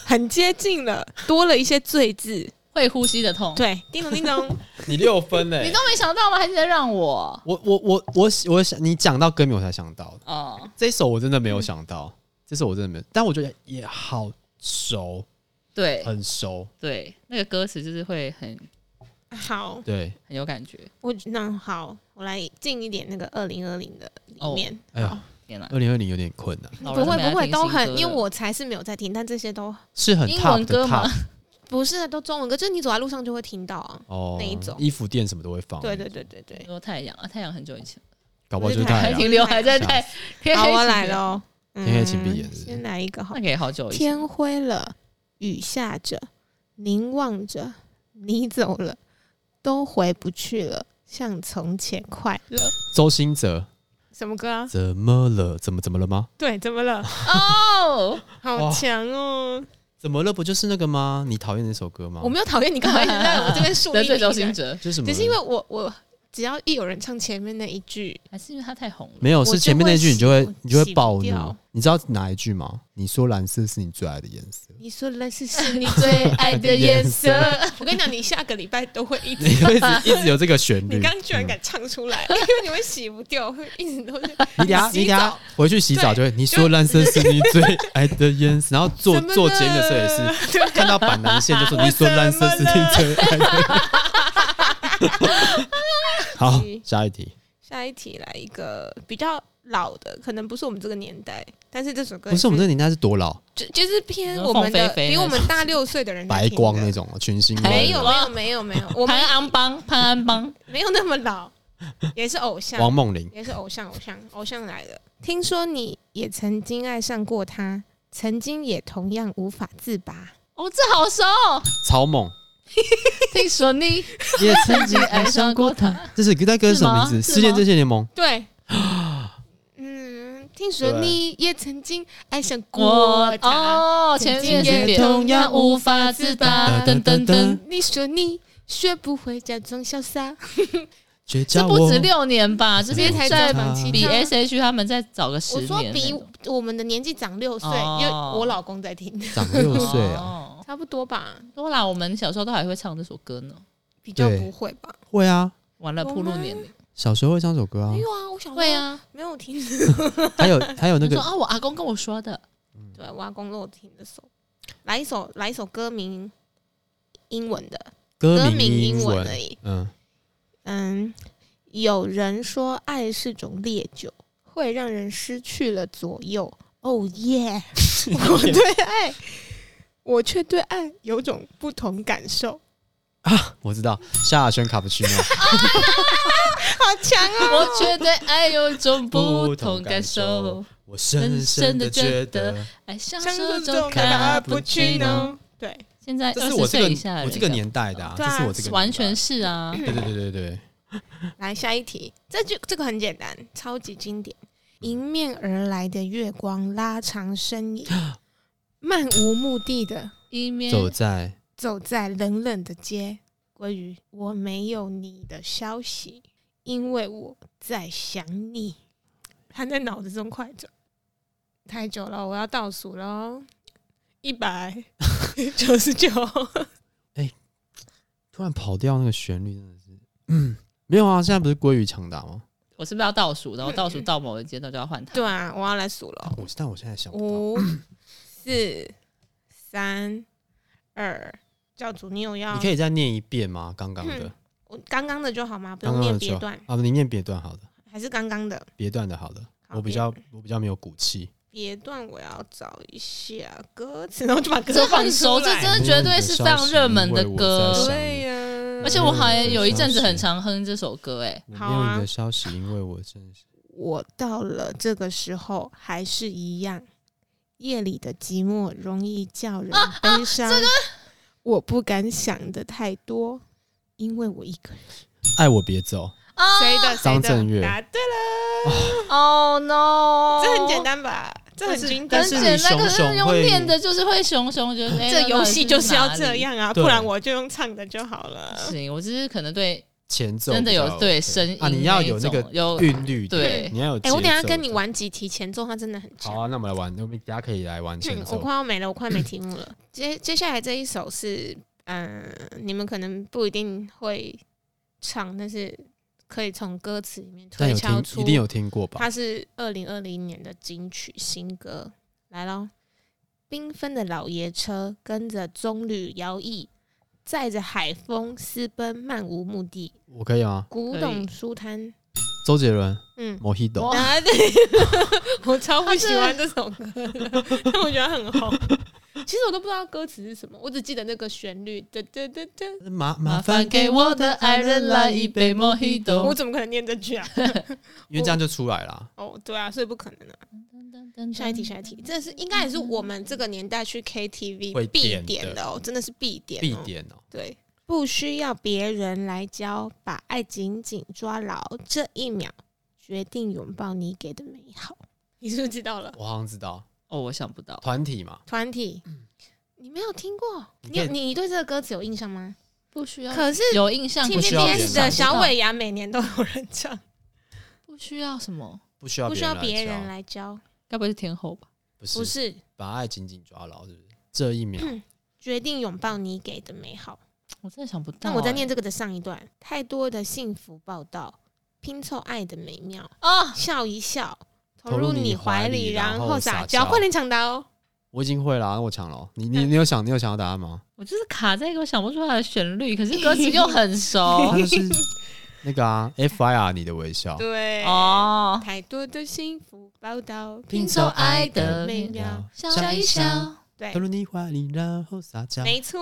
Speaker 1: 很接近了，多了一些“醉”字。
Speaker 3: 会呼吸的痛，
Speaker 1: 对，叮咚叮咚。
Speaker 2: 你六分欸嘞
Speaker 3: 你都没想到吗？还是在让我
Speaker 2: 我我我我我想你讲到歌名我才想到，
Speaker 3: 哦，
Speaker 2: 这首我真的没有想到，这首我真的没有，但我觉得也好熟，
Speaker 3: 对
Speaker 2: 很熟，
Speaker 3: 对，那个歌词就是会很
Speaker 1: 好，
Speaker 2: 对，
Speaker 3: 很有感觉。
Speaker 1: 我那好，我来进一点那个二零二零的里
Speaker 3: 哦
Speaker 1: 面。
Speaker 2: 哎呀
Speaker 1: 好，
Speaker 3: 天哪，
Speaker 2: 二零二零有点困难，
Speaker 3: 老
Speaker 1: 不
Speaker 3: 人
Speaker 1: 会
Speaker 3: 没在
Speaker 1: 不会
Speaker 3: 听
Speaker 1: 都
Speaker 3: 新
Speaker 1: 很
Speaker 3: 歌，
Speaker 1: 因为
Speaker 3: 了
Speaker 1: 我才是没有在听，但这些都
Speaker 2: 是很
Speaker 3: 英
Speaker 2: top
Speaker 3: 文
Speaker 2: 的
Speaker 3: 歌吗
Speaker 2: top
Speaker 1: 不是都中文歌，就是你走在路上就会听到啊。
Speaker 2: 哦，
Speaker 1: 那一种
Speaker 2: 衣服店什么都会放，
Speaker 1: 对对对对对，
Speaker 3: 说太阳啊，太阳很久以前，
Speaker 2: 搞不好就是
Speaker 1: 不是太
Speaker 2: 太
Speaker 3: 还
Speaker 2: 阳
Speaker 1: 阳
Speaker 3: 停留还在
Speaker 2: 吓
Speaker 3: 太天
Speaker 1: 好，
Speaker 3: 黑
Speaker 1: 我
Speaker 3: 请
Speaker 1: 来
Speaker 3: 闭眼，
Speaker 1: 喽。
Speaker 2: 天黑请闭眼是
Speaker 1: 嗯
Speaker 2: 不是
Speaker 1: 先来一个好
Speaker 3: 那。个也好久以前。
Speaker 1: 天灰了，雨下着，凝望着，你走了，都回不去了，像从前快乐。
Speaker 2: 周兴哲
Speaker 1: 什么歌啊？
Speaker 2: 怎么了？怎么怎么了吗？
Speaker 1: 对，怎么了？
Speaker 3: 哦，
Speaker 1: 好强哦！
Speaker 2: 怎么了？不就是那个吗？你讨厌那首歌吗？
Speaker 1: 我没有讨厌你，干嘛一直在我这边树
Speaker 3: 得
Speaker 1: 立
Speaker 3: 罪周
Speaker 1: 你
Speaker 3: 星
Speaker 1: 的？
Speaker 3: 哲，
Speaker 2: 就是什么？
Speaker 1: 只是因为我我只要一有人唱前面那一句，
Speaker 3: 还是因为他太红了？
Speaker 2: 没有
Speaker 1: 我
Speaker 2: 是
Speaker 1: 就
Speaker 2: 前面那句，你就
Speaker 1: 会
Speaker 2: 会
Speaker 1: 洗
Speaker 2: 你就会暴
Speaker 1: 洗
Speaker 2: 怒
Speaker 1: 不掉。
Speaker 2: 你知道哪一句吗？你说蓝色是你最爱的颜 色，。
Speaker 1: 你说蓝色是你最爱的颜色 我跟你讲，你下个礼拜都会一直
Speaker 2: 你。 会一直一直有这个旋律。
Speaker 1: 你刚刚居然
Speaker 2: 嗯
Speaker 1: 敢唱出来，因为你会洗不掉，会一直都是。
Speaker 2: 嗯你等下，
Speaker 1: 洗
Speaker 2: 你等下
Speaker 1: 澡
Speaker 2: 回去洗澡就会，你说蓝色是你最爱的颜 色，然后做
Speaker 1: 怎么
Speaker 2: 做节目的时候也
Speaker 1: 了
Speaker 2: 是，看到板南线就说你说蓝色是你最爱的 颜色。好，下一题，
Speaker 1: 下一题来一个比较老的，可能不是我们这个年代，但是这首歌
Speaker 2: 不是我们这个年代是多老，
Speaker 1: 就就是偏
Speaker 3: 你说
Speaker 1: 我们的
Speaker 3: 凤飞飞
Speaker 1: 比我
Speaker 3: 那
Speaker 1: 们大六岁的人在
Speaker 2: 白
Speaker 1: 听的
Speaker 2: 光那种啊群星光
Speaker 1: 没有
Speaker 2: 那种
Speaker 1: 没有没有没有，我们
Speaker 3: 潘安邦，潘安邦，
Speaker 1: 没有那么老，也是偶像，
Speaker 2: 王梦玲，
Speaker 1: 也是偶像，偶像，偶像来了。听说你也曾经爱上过他，曾经也同样无法自拔。
Speaker 3: 哦，这好熟。
Speaker 2: 超 梦
Speaker 3: 听说你
Speaker 2: 也曾经爱上过他，这是在歌是什么名
Speaker 3: 是
Speaker 2: 字？
Speaker 3: 吗
Speaker 2: 失恋阵线联盟。
Speaker 1: 对，嗯，听说
Speaker 2: 对
Speaker 1: 你也曾经爱上过
Speaker 3: 我
Speaker 1: 他，
Speaker 3: 哦，前面是点
Speaker 2: 同样
Speaker 3: 无法自拔，噔噔噔，
Speaker 1: 你说你学不会假装潇洒，
Speaker 2: 绝
Speaker 3: 这
Speaker 2: 佳
Speaker 3: 不
Speaker 2: 我
Speaker 3: 止六年吧？这边
Speaker 1: 才
Speaker 3: 在
Speaker 1: 在榜其
Speaker 3: 比
Speaker 1: 他
Speaker 3: S H 他们再早个十
Speaker 1: 啊我
Speaker 3: 年
Speaker 1: 说
Speaker 3: 那种，
Speaker 1: 比我们的年纪长六岁，
Speaker 3: 哦
Speaker 1: 因为我老公在听，
Speaker 2: 长六岁啊，
Speaker 3: 哦，
Speaker 1: 差不多吧，
Speaker 3: 多啦，我们小时候都还会唱这首歌呢。
Speaker 1: 比较
Speaker 2: 对
Speaker 1: 不会吧？
Speaker 2: 会啊，
Speaker 3: 完了，
Speaker 1: 有
Speaker 3: 铺路
Speaker 1: 吗
Speaker 3: 年龄。
Speaker 2: 小时候会唱这首歌啊
Speaker 1: 没，有啊，我想
Speaker 3: 对，啊，
Speaker 1: 没有 听。
Speaker 2: 还有还有那个
Speaker 3: 他说啊，我阿公跟我说的。
Speaker 1: 对，挖公路听的首，来一首，来一首歌名英文的，
Speaker 2: 歌
Speaker 1: 歌
Speaker 2: 名
Speaker 1: 名英文
Speaker 2: 文
Speaker 1: 而，已。
Speaker 2: 嗯，
Speaker 1: 嗯，有人说爱是种烈酒，会让人失去了左右。哦耶！ 我对爱，我却对爱有种不同感受，
Speaker 2: 我知道萧亚轩卡布奇诺。
Speaker 1: 好强哦！
Speaker 3: 我觉得爱有种不
Speaker 2: 不
Speaker 3: 同
Speaker 2: 同
Speaker 3: 感
Speaker 2: 感
Speaker 3: 受哎
Speaker 2: 受，我深深的觉得，
Speaker 3: 爱像
Speaker 1: 像
Speaker 3: 这
Speaker 1: 这
Speaker 3: 种
Speaker 1: 种
Speaker 3: 卡
Speaker 1: 卡
Speaker 3: 布
Speaker 1: 布
Speaker 3: 奇
Speaker 1: 奇
Speaker 3: 诺。
Speaker 1: 诺，对，
Speaker 3: 现在
Speaker 2: 这
Speaker 3: 哎二
Speaker 2: 是
Speaker 3: 十
Speaker 2: 我这个
Speaker 3: 岁以下的人
Speaker 2: 我这个年代的、啊，
Speaker 1: 对
Speaker 2: 这
Speaker 1: 啊
Speaker 2: 是我这个年代
Speaker 3: 完全是啊，
Speaker 2: 对对对对对，
Speaker 1: 来下一题，这句这个很简单，超级经典。迎面而来的月光拉长身 影，漫无目的的
Speaker 3: 一面
Speaker 2: 走在
Speaker 1: 走在冷冷的街。关于我没有你的消息，因为我在想你。他在脑子中快转，太久了，我要倒数喽，一百九十九。
Speaker 2: 突然跑掉那个旋律，真的是，嗯，没有啊，现在不是归于强大吗？
Speaker 3: 我是不是要倒数？然后倒数到某个阶段就 要换他。
Speaker 1: 对啊，我要来数喽。
Speaker 2: 我但我现在想不到，
Speaker 1: 五、四、三、二，教主，你有要
Speaker 2: 你可以再念一遍吗？刚刚的
Speaker 1: 啊嗯，我刚刚的就好吗？不
Speaker 2: 刚刚
Speaker 1: 用念
Speaker 2: 的就
Speaker 1: 别
Speaker 2: 好
Speaker 1: 段，
Speaker 2: 啊，你念别段好了，
Speaker 1: 还是刚刚的
Speaker 2: 别段的好了，
Speaker 1: 好
Speaker 2: 我比较我比较没有骨气，
Speaker 1: 别段，我要找一下歌词， 然后就把歌
Speaker 3: 这
Speaker 1: 放
Speaker 3: 很
Speaker 1: 出
Speaker 3: 熟，这
Speaker 1: 来
Speaker 3: 真的绝对是非常热门的
Speaker 2: 我
Speaker 3: 歌
Speaker 2: 在，
Speaker 1: 对呀、
Speaker 3: 而且我好像有一阵子很常哼这首歌，哎，
Speaker 2: 我
Speaker 1: 好
Speaker 2: 没
Speaker 1: 啊
Speaker 2: 有你的消息，因为我真是
Speaker 1: 我到了这个时候还是一样，夜里的寂寞容易叫人悲伤。我不敢想的太多，因为我一个人。
Speaker 2: 爱我别走，
Speaker 3: 啊
Speaker 1: 谁的？谁
Speaker 2: 张
Speaker 1: 的
Speaker 2: 震岳
Speaker 1: 答对了。
Speaker 3: ？Oh no！
Speaker 1: 这很简，单吧？这很经典
Speaker 2: 但
Speaker 3: 很
Speaker 1: 吧。
Speaker 2: 是
Speaker 3: 简单，
Speaker 2: 你熊
Speaker 3: 可是
Speaker 2: 熊
Speaker 3: 用
Speaker 2: 会
Speaker 3: 念的就是会熊熊觉得，哎
Speaker 1: 这游戏就是要这。样啊，
Speaker 2: 对
Speaker 1: 不然我就用唱的就好
Speaker 3: 那到底
Speaker 1: 了
Speaker 3: 是哪。里不行，我只是可能对
Speaker 2: 前奏
Speaker 3: 真的
Speaker 2: 比较
Speaker 3: 有
Speaker 2: OK
Speaker 3: 对声音
Speaker 2: 啊，你要有那
Speaker 3: 那
Speaker 2: 个
Speaker 3: 种有
Speaker 2: 韵律的，
Speaker 3: 对
Speaker 2: 你要有。
Speaker 1: 哎、我等一下跟你。玩几题前奏，它真的很
Speaker 2: 好
Speaker 1: 强。
Speaker 2: 啊，那我们来玩，我们大家可以来玩前
Speaker 1: 嗯我
Speaker 2: 奏。
Speaker 1: 快要没了，我快没题目 了。接接下来这一首是，嗯、你们可能不一定会唱，但是可以从歌词里面
Speaker 2: 但
Speaker 1: 推
Speaker 2: 有
Speaker 1: 敲
Speaker 2: 听，
Speaker 1: 出
Speaker 2: 一定有听过吧？
Speaker 1: 它是二零二零年的金曲新歌，来喽！缤纷的老爷车跟着棕榈摇曳，载着海风私奔，漫无目的。
Speaker 2: 我可以吗？
Speaker 1: 古
Speaker 3: 可以
Speaker 1: 董书摊，
Speaker 2: 周杰伦
Speaker 1: 嗯，
Speaker 2: 《莫希斗
Speaker 3: 哇》
Speaker 1: 啊对，我超不喜欢这首歌，但我觉得很 红。其实我都不知道歌词是什么，我只记得那个旋律。对对对对，
Speaker 2: 麻
Speaker 3: 麻
Speaker 2: 麻
Speaker 3: 烦
Speaker 2: 烦
Speaker 3: 给
Speaker 2: 给
Speaker 3: 我
Speaker 2: 我
Speaker 3: 的
Speaker 2: 的
Speaker 3: 爱
Speaker 2: 爱
Speaker 3: 人
Speaker 2: 人
Speaker 3: 来
Speaker 2: 来
Speaker 3: 一
Speaker 2: 一
Speaker 3: 杯
Speaker 2: 杯
Speaker 3: Mojito
Speaker 2: Mojito。
Speaker 1: 我怎么可能念这 句啊？
Speaker 2: 因为这样就出来了。
Speaker 1: 哦，对啊，所以不可能啊。下一题，下一题，这是应该也是我们这个年代去 KTV
Speaker 2: 会
Speaker 1: 必
Speaker 2: 点
Speaker 1: 点
Speaker 2: 的
Speaker 1: 的哦，真的是必点、哦，
Speaker 2: 必点哦，
Speaker 1: 对，不需要别人来教，把爱紧紧抓牢，这一秒决定拥抱你给的美好。你是不是知道了？
Speaker 2: 我好像知道
Speaker 3: 哦，我想不到，
Speaker 2: 团体嘛，
Speaker 1: 团体，你没有听过？
Speaker 2: 你
Speaker 1: 你有
Speaker 2: 可以
Speaker 1: 你你对这个歌词有印象吗？
Speaker 3: 不需要，
Speaker 1: 可是
Speaker 3: 有印象
Speaker 2: 不需要
Speaker 1: T
Speaker 2: 别
Speaker 1: B
Speaker 2: 人
Speaker 1: S
Speaker 2: 知道
Speaker 1: 的小，尾牙每年都有人唱，
Speaker 3: 不需要什么？
Speaker 2: 不需要
Speaker 1: 不需要别
Speaker 2: 人
Speaker 1: 人
Speaker 2: 来教，
Speaker 1: 来教，
Speaker 3: 该不会是天后吧？
Speaker 2: 不
Speaker 1: 不
Speaker 2: 是
Speaker 1: 是
Speaker 2: 把爱紧紧抓牢，是不是？这一秒
Speaker 1: 决定拥抱你给的美好。
Speaker 3: 我真的想不到、
Speaker 1: 那我在
Speaker 3: 欸
Speaker 1: 念这个的上一段，太多的幸福报道，拼凑爱的美妙，
Speaker 3: 哦，
Speaker 1: 笑一笑，
Speaker 2: 投
Speaker 1: 投
Speaker 2: 入
Speaker 1: 入
Speaker 2: 你
Speaker 1: 你
Speaker 2: 怀
Speaker 1: 怀
Speaker 2: 里
Speaker 1: 里，
Speaker 2: 然
Speaker 1: 然
Speaker 2: 后
Speaker 1: 后
Speaker 2: 撒
Speaker 1: 撒
Speaker 2: 娇
Speaker 1: 娇。快点抢答哦！
Speaker 2: 我已经会了，那我抢了哦。你你你有想你有想到答案吗？
Speaker 3: 我就是卡在一个我想不出来的旋律，可是歌词又很 熟
Speaker 2: 他就是那个啊，FIR 你的微笑，
Speaker 1: 对，啊
Speaker 3: 哦。
Speaker 1: 太多的幸福报道，
Speaker 2: 拼
Speaker 1: 拼
Speaker 2: 凑
Speaker 1: 凑
Speaker 2: 爱
Speaker 1: 爱
Speaker 2: 的
Speaker 1: 的
Speaker 2: 美
Speaker 1: 美
Speaker 2: 妙
Speaker 1: 妙，
Speaker 2: 笑一笑，
Speaker 1: 对
Speaker 2: 投，入你怀里，然后撒娇。
Speaker 1: 哎没错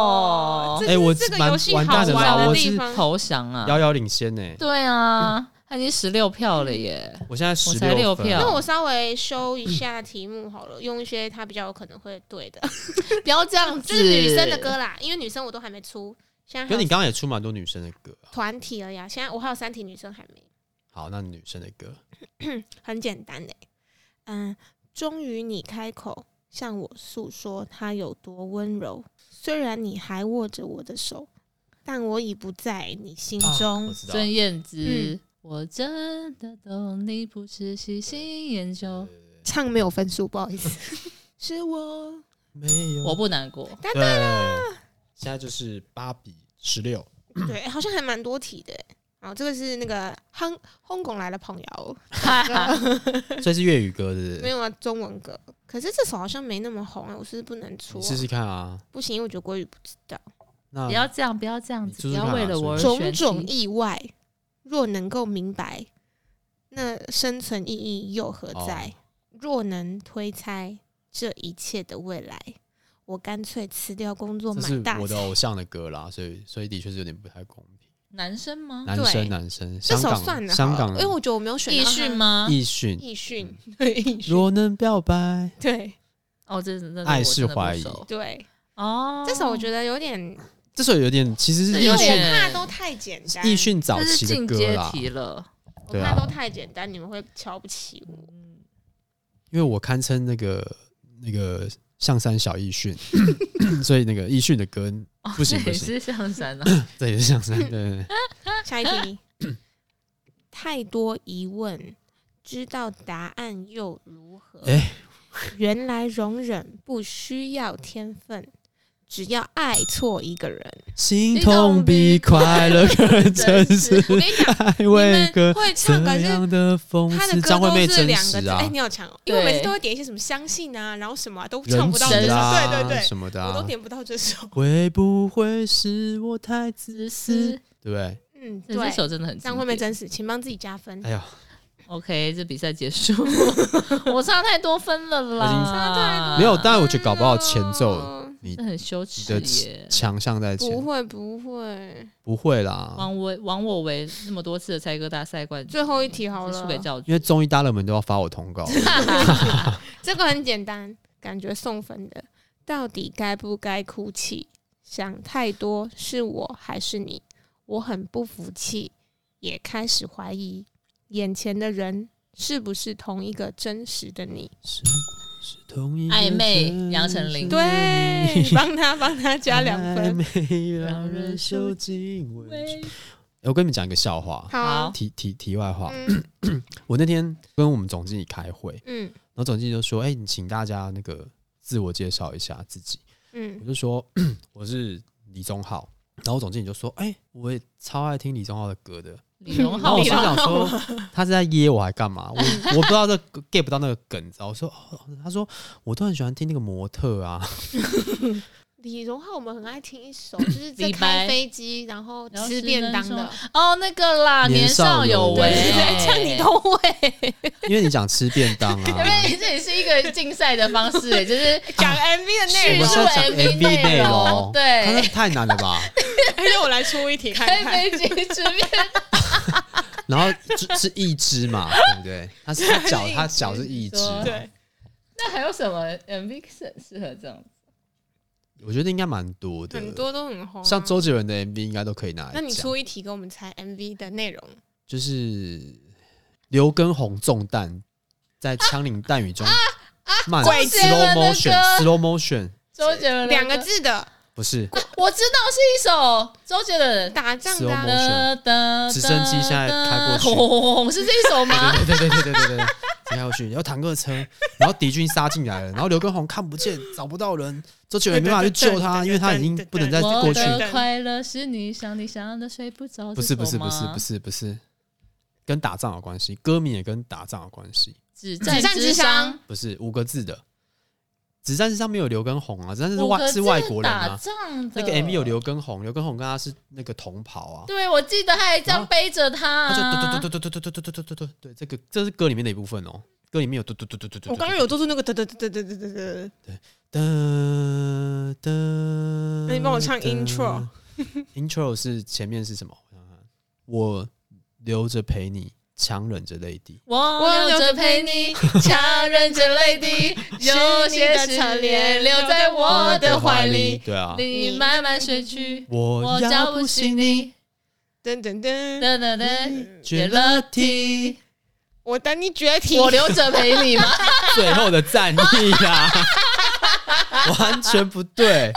Speaker 3: 哦
Speaker 1: 这
Speaker 2: 哎我
Speaker 1: 是这个游戏
Speaker 2: 完
Speaker 1: 好
Speaker 2: 完蛋了啦
Speaker 1: 玩
Speaker 2: 我
Speaker 1: 的
Speaker 2: 是
Speaker 1: 地方。
Speaker 3: 投降啊！
Speaker 2: 遥遥领先呢、
Speaker 3: 对啊，他已经十六票了耶！
Speaker 2: 我现在十
Speaker 3: 我才六
Speaker 2: 分，
Speaker 3: 票
Speaker 1: 那我稍微修一下题目好了，用一些他比较有可能会对 的，嗯
Speaker 3: 不要这样子，
Speaker 1: 就是女生的歌啦，因为女生我都还没出，现在
Speaker 2: 可
Speaker 1: 还
Speaker 2: 是你
Speaker 1: 有
Speaker 2: 刚刚也出蛮多女生的歌啊。
Speaker 1: 团体而已啊，现在我还有三题女生还没。
Speaker 2: 好，那女生的歌，
Speaker 1: 很简单的、嗯，终于你开口向我诉说他有多温柔，虽然你还握着我的手，但我已不在你心中。
Speaker 2: 我知道。
Speaker 3: 孙燕姿
Speaker 1: 嗯。
Speaker 3: 我真的懂你不是喜新厌旧，
Speaker 2: 呃
Speaker 1: 唱没有分数，不好意思， 是我
Speaker 2: 没有，
Speaker 3: 我不难 过。
Speaker 2: 对了。现在就是八比十六，
Speaker 1: 对，好像还蛮多题的、好，这个是那个香香港来的朋友，
Speaker 2: 所以是粤语歌，是不是？
Speaker 1: 没有啊，中文歌。可是这首好像没那么红、啊，我是不是不能出
Speaker 2: 你
Speaker 1: 啊、
Speaker 2: 试试看啊。
Speaker 1: 不行，因为我觉得国语不知道。
Speaker 2: 那
Speaker 3: 不要这样，不要这样
Speaker 2: 你
Speaker 3: 子，
Speaker 2: 试
Speaker 3: 不
Speaker 2: 试
Speaker 3: 要
Speaker 2: 看啊
Speaker 3: 为了我而
Speaker 2: 孙
Speaker 1: 种
Speaker 3: 选
Speaker 1: 种
Speaker 3: 题
Speaker 1: 意外，若能够明白，那生存意义又何
Speaker 2: 哦
Speaker 1: 在？若能推猜这一切的未来，我干脆辞掉工作
Speaker 2: 这是
Speaker 1: 买大
Speaker 2: 我的
Speaker 1: 菜。
Speaker 2: 偶像的歌啦，所以所以的确是有点不太公平。
Speaker 3: 男生吗？
Speaker 2: 男生啊男生，
Speaker 1: 嗯这
Speaker 2: 香
Speaker 1: 首算
Speaker 2: 港
Speaker 1: 了，
Speaker 2: 香港
Speaker 1: 因为我觉得我没有选
Speaker 3: 艺
Speaker 1: 到
Speaker 3: 训
Speaker 1: 他？
Speaker 3: 吗？
Speaker 2: 艺训，
Speaker 1: 艺训， 对艺训，
Speaker 2: 若能表白，
Speaker 1: 对
Speaker 3: 哦，这真的
Speaker 2: 爱是怀疑
Speaker 1: 对，
Speaker 3: 哦。
Speaker 1: 这首我觉得有点，
Speaker 2: 这首有点其实是
Speaker 3: 这
Speaker 2: 艺
Speaker 3: 有
Speaker 2: 训
Speaker 3: 点
Speaker 1: 我怕都太简单，
Speaker 2: 艺训早
Speaker 3: 这是
Speaker 2: 期的
Speaker 3: 进
Speaker 2: 歌
Speaker 3: 阶
Speaker 2: 啦，
Speaker 3: 题了。
Speaker 1: 我
Speaker 2: 对
Speaker 1: 怕
Speaker 2: 啊
Speaker 1: 都太简单，你们会瞧不起我。
Speaker 2: 因为我堪称那个那个象山小艺 训，所以那个艺训的歌
Speaker 3: 哦
Speaker 2: 不行
Speaker 3: 这
Speaker 2: 不
Speaker 3: 也
Speaker 2: 行
Speaker 3: 是象山啊。
Speaker 2: 这也是象山，对对对，
Speaker 1: 下一题， 太多疑问，知道答案又如何？
Speaker 2: 哎
Speaker 1: 原来容忍不需要天分，只要爱错一 个人。
Speaker 2: 心痛比快乐更真实，
Speaker 1: 我跟你讲，
Speaker 2: 爱
Speaker 1: 你
Speaker 2: 为歌
Speaker 1: 们会唱，
Speaker 2: 这
Speaker 1: 可是
Speaker 2: 样的讽
Speaker 1: 他
Speaker 2: 刺，
Speaker 1: 的
Speaker 2: 张
Speaker 1: 歌
Speaker 2: 惠妹
Speaker 1: 都是
Speaker 2: 真
Speaker 1: 两个
Speaker 2: 实
Speaker 1: 字。
Speaker 2: 啊
Speaker 1: 哎，，你好强哦！因为我
Speaker 3: 对
Speaker 1: 每次都会点一些什么相信啊，然后什么啊都唱
Speaker 2: 人
Speaker 1: 不
Speaker 2: 质
Speaker 1: 到这首，
Speaker 2: 啊，
Speaker 1: 对对
Speaker 2: 什么的
Speaker 1: 对，
Speaker 2: 啊，
Speaker 1: 我都点不到这首。
Speaker 2: 会不会是我太自
Speaker 3: 只
Speaker 2: 私
Speaker 3: 是？
Speaker 2: 对不对？
Speaker 1: 嗯，
Speaker 3: 这这
Speaker 1: 对，
Speaker 3: 首真的很
Speaker 1: 张惠妹
Speaker 3: 经典
Speaker 1: 真实，请帮自己加分
Speaker 2: 哎。呀，
Speaker 3: OK，这比赛结束， 我差太多分了
Speaker 2: 我已经
Speaker 3: 啦，
Speaker 1: 差太多了
Speaker 2: 没有，但我觉得搞不好前奏
Speaker 1: 嗯
Speaker 2: 你
Speaker 3: 这很羞
Speaker 2: 你
Speaker 3: 耻
Speaker 2: 的
Speaker 3: 耶。
Speaker 2: 强项在前
Speaker 1: 不，会不会，
Speaker 2: 不会啦，
Speaker 3: 王为王我为那么多次的猜歌大赛冠军，
Speaker 1: 最后一题好
Speaker 3: 输给
Speaker 1: 了。
Speaker 3: 教主
Speaker 2: 因为综艺大热门都要发我通告，
Speaker 1: 这个很简单，感觉送分的。到底该不该哭泣？想太多，是我还是你？我很不服气，也开始怀疑眼前的人是不是同一个真实的你。
Speaker 2: 是是同一个
Speaker 3: 暧昧
Speaker 2: 城市
Speaker 3: 杨丞琳嗯
Speaker 1: 对，帮他帮他加两 分。
Speaker 2: 暧昧让人受尽委屈。哎我跟你们讲一个笑话，
Speaker 1: 好，
Speaker 2: 题题题外话，
Speaker 1: 嗯
Speaker 2: 我那天跟我们总经理开会，
Speaker 1: 嗯
Speaker 2: 然后总经理就说：“哎，你请大家那个自我介绍一下自己。”我
Speaker 1: 嗯，
Speaker 2: 就说 我是李宗浩，然后总经理就说：“哎、我也超爱听李宗浩的歌的。”
Speaker 3: 李荣
Speaker 2: 然后哦我
Speaker 3: 浩
Speaker 1: 李
Speaker 2: 心
Speaker 1: 荣浩
Speaker 2: 想说，他是在噎我还干嘛？我我不知道这个 get 不到那个梗，你知道？我说，哦、他说我都很喜欢听那个模特啊，
Speaker 1: 李荣浩，我们很爱听一首，就是在
Speaker 3: 李
Speaker 1: 开
Speaker 3: 白
Speaker 1: 飞机然后
Speaker 3: 然后
Speaker 1: 吃
Speaker 3: 吃
Speaker 1: 便
Speaker 3: 分
Speaker 1: 当
Speaker 3: 钟
Speaker 1: 的，
Speaker 3: 哦，那个啦，
Speaker 2: 年
Speaker 3: 年
Speaker 2: 少
Speaker 3: 少
Speaker 2: 有
Speaker 3: 有
Speaker 2: 为
Speaker 3: 为，
Speaker 1: 像你都会
Speaker 2: 因为你讲吃便当
Speaker 3: 因
Speaker 2: 啊，
Speaker 3: 为 这也是一个竞赛的方式，欸就是
Speaker 1: 讲 MV 的
Speaker 2: 我们
Speaker 1: 内容
Speaker 2: 是。要讲 MV 内容，他那
Speaker 3: 对，
Speaker 2: 太难了吧？
Speaker 1: 哎，那我来出一题 看
Speaker 3: 开
Speaker 1: 看。
Speaker 3: 飞机吃面，
Speaker 2: 然后是是一只嘛，对不对？他是他脚他脚是一只，
Speaker 3: 对
Speaker 1: 对，
Speaker 3: 那还有什么 MV 是很适合这样？
Speaker 2: 我觉得应该蛮多的，
Speaker 1: 很多都很红啊、
Speaker 2: 像周杰伦的 MV 应该都可以拿来
Speaker 1: 那你
Speaker 2: 讲
Speaker 1: 出一题给我们猜 MV 的内容，
Speaker 2: 就是刘畊宏中弹在枪林弹雨中慢
Speaker 3: 周杰
Speaker 2: slow
Speaker 3: 伦的歌
Speaker 2: motion slow motion
Speaker 3: 周杰伦的歌
Speaker 1: 两个，字的
Speaker 2: 不是
Speaker 3: 我知道是一首周杰伦。
Speaker 1: 打仗的、啊
Speaker 2: Slow-mo，直升机现在开过去
Speaker 3: 轰轰轰轰哦是这一首吗？
Speaker 2: 对对对对对对对对，接下去然后坦克车，然后敌军杀进来了，然后刘畊宏看不见，找不到人，周杰伦没办法去救他，因为他已经不能再过
Speaker 3: 我
Speaker 2: 去。
Speaker 3: 的快乐是你想你想的睡不着，
Speaker 2: 不是不是不是不
Speaker 3: 是，啊
Speaker 2: 是不是，跟打仗有关系，歌名也跟打仗有关系，
Speaker 3: 只
Speaker 1: 止战之
Speaker 3: 之
Speaker 1: 殇，
Speaker 2: 不是五个字的。子弹是上面有刘畊宏啊，子弹是
Speaker 3: 五
Speaker 2: 外
Speaker 3: 个
Speaker 2: 是
Speaker 3: 字
Speaker 2: 外国人
Speaker 3: 打
Speaker 2: 啊，
Speaker 3: 仗的
Speaker 2: 那个 MV 有刘畊宏，刘畊宏跟他是那个同袍啊，
Speaker 3: 对，我记得他还这样背着他啊，
Speaker 2: 他就嘟嘟嘟嘟嘟嘟嘟嘟嘟嘟嘟，对，这个这是歌里面的一部分哦，歌里面有嘟嘟嘟嘟嘟嘟，
Speaker 1: 我刚刚有做出那个得得得得得得得，
Speaker 2: 噔噔，那
Speaker 1: 那你帮我唱 intro。
Speaker 2: intro 是前面是什么？我想想看，我留着陪你，强忍着泪滴。
Speaker 3: 我留着陪你，强忍着泪滴， 有些思念留在我的怀里，
Speaker 2: 对啊，
Speaker 3: 你慢慢睡 去，
Speaker 2: 我
Speaker 3: 我叫
Speaker 2: 要
Speaker 3: 不
Speaker 2: 不
Speaker 3: 醒
Speaker 2: 醒
Speaker 3: 你
Speaker 2: 你，，
Speaker 1: 噔噔噔，
Speaker 3: 噔噔噔，
Speaker 2: 绝
Speaker 3: 绝
Speaker 2: 了
Speaker 3: 了题，
Speaker 1: 我等你绝体。
Speaker 3: 我留着陪 你吗？
Speaker 2: 最后的战役啦，完全不对。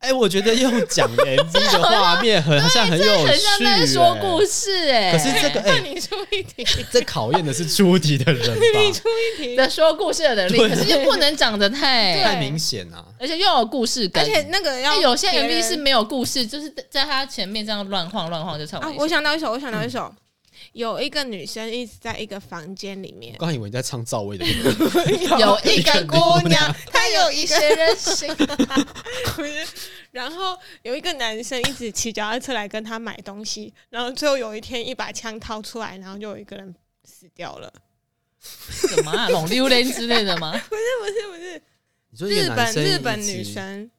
Speaker 2: 哎、我觉得用讲 MV 的画面很像很有
Speaker 3: 啊很
Speaker 2: 趣、
Speaker 3: 像在说
Speaker 1: 欸
Speaker 2: 哎
Speaker 3: 故事哎、
Speaker 2: 可是这个哎、
Speaker 1: 你出一题，
Speaker 2: 这考验的是出题的人
Speaker 1: 你
Speaker 2: 吧？
Speaker 1: 出一题，
Speaker 3: 的说故事的能力，
Speaker 2: 对
Speaker 3: 可是又不能长得
Speaker 1: 对
Speaker 3: 太，
Speaker 2: 太明显啊！
Speaker 3: 而且又有故事感
Speaker 1: 而。且那个
Speaker 3: 那
Speaker 1: 要
Speaker 3: 有些
Speaker 1: 别
Speaker 3: MV
Speaker 1: 人
Speaker 3: 是没有故事，就是在他前面这样乱晃乱晃就唱
Speaker 1: 啊
Speaker 3: 完一，首。
Speaker 1: 我想到一首，我想到一首，有一个女生一直在一个房间里面
Speaker 2: 我，刚以为你在唱赵薇的歌，
Speaker 3: 有一个姑娘，
Speaker 1: 她有
Speaker 3: 哎一
Speaker 1: 一
Speaker 3: 些任性。
Speaker 1: 然后有一个男生一直骑脚踏车来跟她买东西，然后最后有一天一把枪掏出来，然后就有一个人死掉了。
Speaker 3: 什么啊，龙榴莲之类的 吗？
Speaker 1: 不是不是，
Speaker 2: 你说一个
Speaker 1: 日
Speaker 2: 男
Speaker 1: 本
Speaker 2: 生
Speaker 1: 日本
Speaker 2: 一直
Speaker 1: 女生，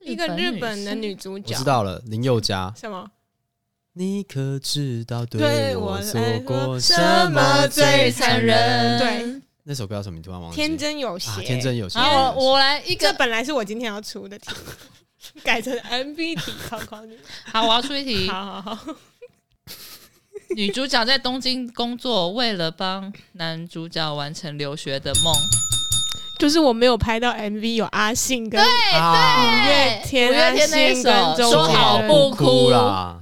Speaker 1: 一个日本的女主
Speaker 2: 我
Speaker 1: 角，
Speaker 2: 知道了，林宥嘉。
Speaker 1: 什么？
Speaker 2: 你可知道
Speaker 1: 对
Speaker 2: 对
Speaker 1: 我
Speaker 2: 我做
Speaker 1: 来
Speaker 2: 过
Speaker 1: 说
Speaker 2: 什么最
Speaker 1: 最
Speaker 2: 残忍？
Speaker 1: 对，
Speaker 2: 那首歌叫什么？你突然忘记？
Speaker 1: 天真有邪，
Speaker 2: 啊，天真有邪。
Speaker 3: 好，我我来一
Speaker 1: 这
Speaker 3: 个，
Speaker 1: 本来是我今天要出的题，改成 MV 题，考考你。
Speaker 3: 好，我要出一题。
Speaker 1: 好好好，
Speaker 3: 女主角在东京工作，为了帮男主角完成留学的梦。
Speaker 1: 就是我没有拍到 MV 有阿信跟
Speaker 2: 啊，
Speaker 1: 月天
Speaker 3: 五月天那
Speaker 1: 安
Speaker 3: 一首
Speaker 1: 信跟周杰
Speaker 3: 说
Speaker 1: 伦
Speaker 3: 好不
Speaker 2: 哭
Speaker 3: 哭
Speaker 2: 啦！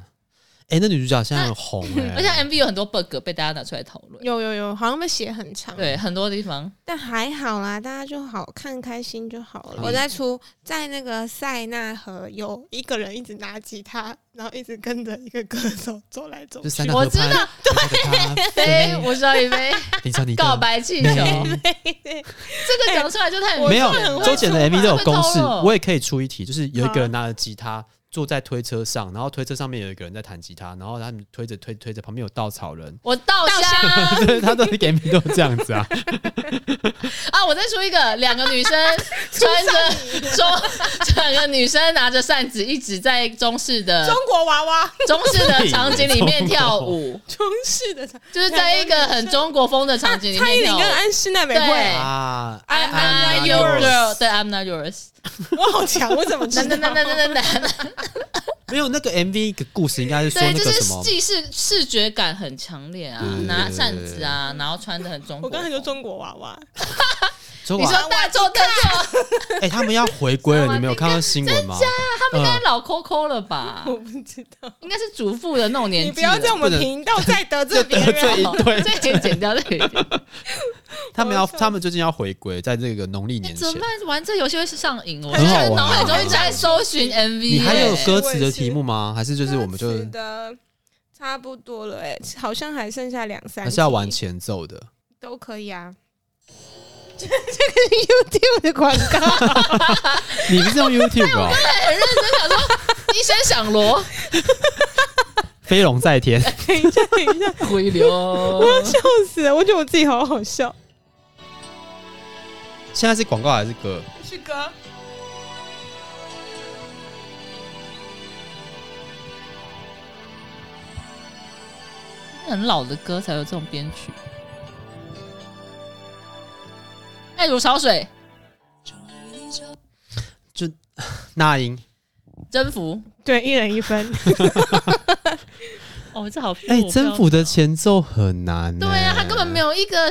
Speaker 2: 哎，那女主角现在很红哎，
Speaker 3: 而且 MV 有很多 bug 被大家拿出来讨论，
Speaker 1: 有有有，好像被写很长，
Speaker 3: 对，很多地方
Speaker 1: 但还好啦，大家就好看开心就好了。
Speaker 2: 嗯
Speaker 1: 我在出 在那个塞纳河，有一个人一直拿吉他，然后一直跟着一个歌手走来走
Speaker 2: 就
Speaker 1: 去。
Speaker 2: 三大
Speaker 3: 我
Speaker 2: 合拍
Speaker 3: 知道，
Speaker 2: 对，
Speaker 3: 飞，
Speaker 2: 飞
Speaker 3: 我知道 一飞
Speaker 2: 平常你的
Speaker 3: 告白气球，
Speaker 2: 美
Speaker 3: 这个讲出来就太
Speaker 1: 我
Speaker 2: 哎没有
Speaker 1: 真的很会
Speaker 2: 周杰的 MV 都有公式
Speaker 3: 会透，露，
Speaker 2: 我也可以出一题，就是有一个人拿着吉他坐在推车上，然后推车上面有一个人在弹吉他，然后他们推着推推着，旁边有稻草人
Speaker 3: 我稻香
Speaker 2: 对，他的 MV 都这样子 啊。
Speaker 3: 啊！我再出一个，两个女生 穿着说，两个女生拿着扇子，一直在中式的
Speaker 1: 中国娃娃，
Speaker 3: 中式的场景里面跳舞，
Speaker 1: 中式的菜
Speaker 3: 就是在一个很中国风的场景里
Speaker 1: 蔡依
Speaker 3: 面
Speaker 1: 林
Speaker 3: 跳舞
Speaker 1: 跟。安室奈美惠，
Speaker 3: 对
Speaker 2: 啊
Speaker 1: I-
Speaker 3: I'm
Speaker 1: I'm
Speaker 3: not
Speaker 1: not
Speaker 3: your
Speaker 1: yours
Speaker 3: girl，对，I'm not yours。
Speaker 1: 我好强，我怎么知
Speaker 3: 等等等
Speaker 1: 道？
Speaker 3: 等等等等，
Speaker 2: 没有那个 MV 的故事应该是说
Speaker 3: 对，
Speaker 2: 那
Speaker 3: 就
Speaker 2: 个
Speaker 3: 是
Speaker 2: 什么，
Speaker 3: 既是视觉感很强烈啊
Speaker 2: 对对，对
Speaker 3: 拿扇子啊，然后穿的很中
Speaker 1: 我
Speaker 3: 国风。
Speaker 1: 刚才就中国娃娃，
Speaker 2: 中
Speaker 3: 你
Speaker 2: 华
Speaker 3: 说大众大众，
Speaker 2: 哎、他们要回归 了，你们有看到新闻吗？
Speaker 1: 嗯
Speaker 3: 他们应该老抠抠 了吧？
Speaker 1: 我不知道。
Speaker 3: 应该是主妇的那种年纪
Speaker 1: 你
Speaker 3: 了。
Speaker 1: 不要在我们
Speaker 2: 不能
Speaker 1: 频道再得罪别
Speaker 2: 得罪
Speaker 1: 人。
Speaker 2: 一堆
Speaker 3: 这可以剪掉，这可以剪掉。
Speaker 2: 他们要，他们最近要回归，在这个农历年
Speaker 3: 哎怎
Speaker 2: 前
Speaker 3: 么。办？玩这游戏会是上瘾，哦我
Speaker 2: 很好玩
Speaker 3: 现在脑海中一直在搜寻 MV
Speaker 2: 你
Speaker 3: 耶。
Speaker 2: 还有歌词
Speaker 1: 我
Speaker 2: 的
Speaker 1: 也是
Speaker 2: 题目吗？还是 就是我们就
Speaker 1: 歌词的差不多了，哎，好像还剩下两三，
Speaker 2: 还是要玩前奏的？
Speaker 1: 都可以啊。这个是 YouTube 的广告，
Speaker 2: 你不是 用 YouTube 啊？
Speaker 3: 一声响锣，
Speaker 2: 飞龙在天，
Speaker 1: 等一下，等一 下，
Speaker 3: 回流
Speaker 1: 我。要笑死了！我觉得我自己好好笑。
Speaker 2: 现在是广告还是歌？
Speaker 1: 是歌，
Speaker 3: 很老的歌才有这种编曲。爱如潮水，
Speaker 2: 那英，
Speaker 3: 征服。
Speaker 1: 对，一人一分。
Speaker 3: 哦，这好酷
Speaker 2: 哎、征服的前奏很难、
Speaker 3: 嗯对啊，他根本没
Speaker 2: 有。
Speaker 3: 有一个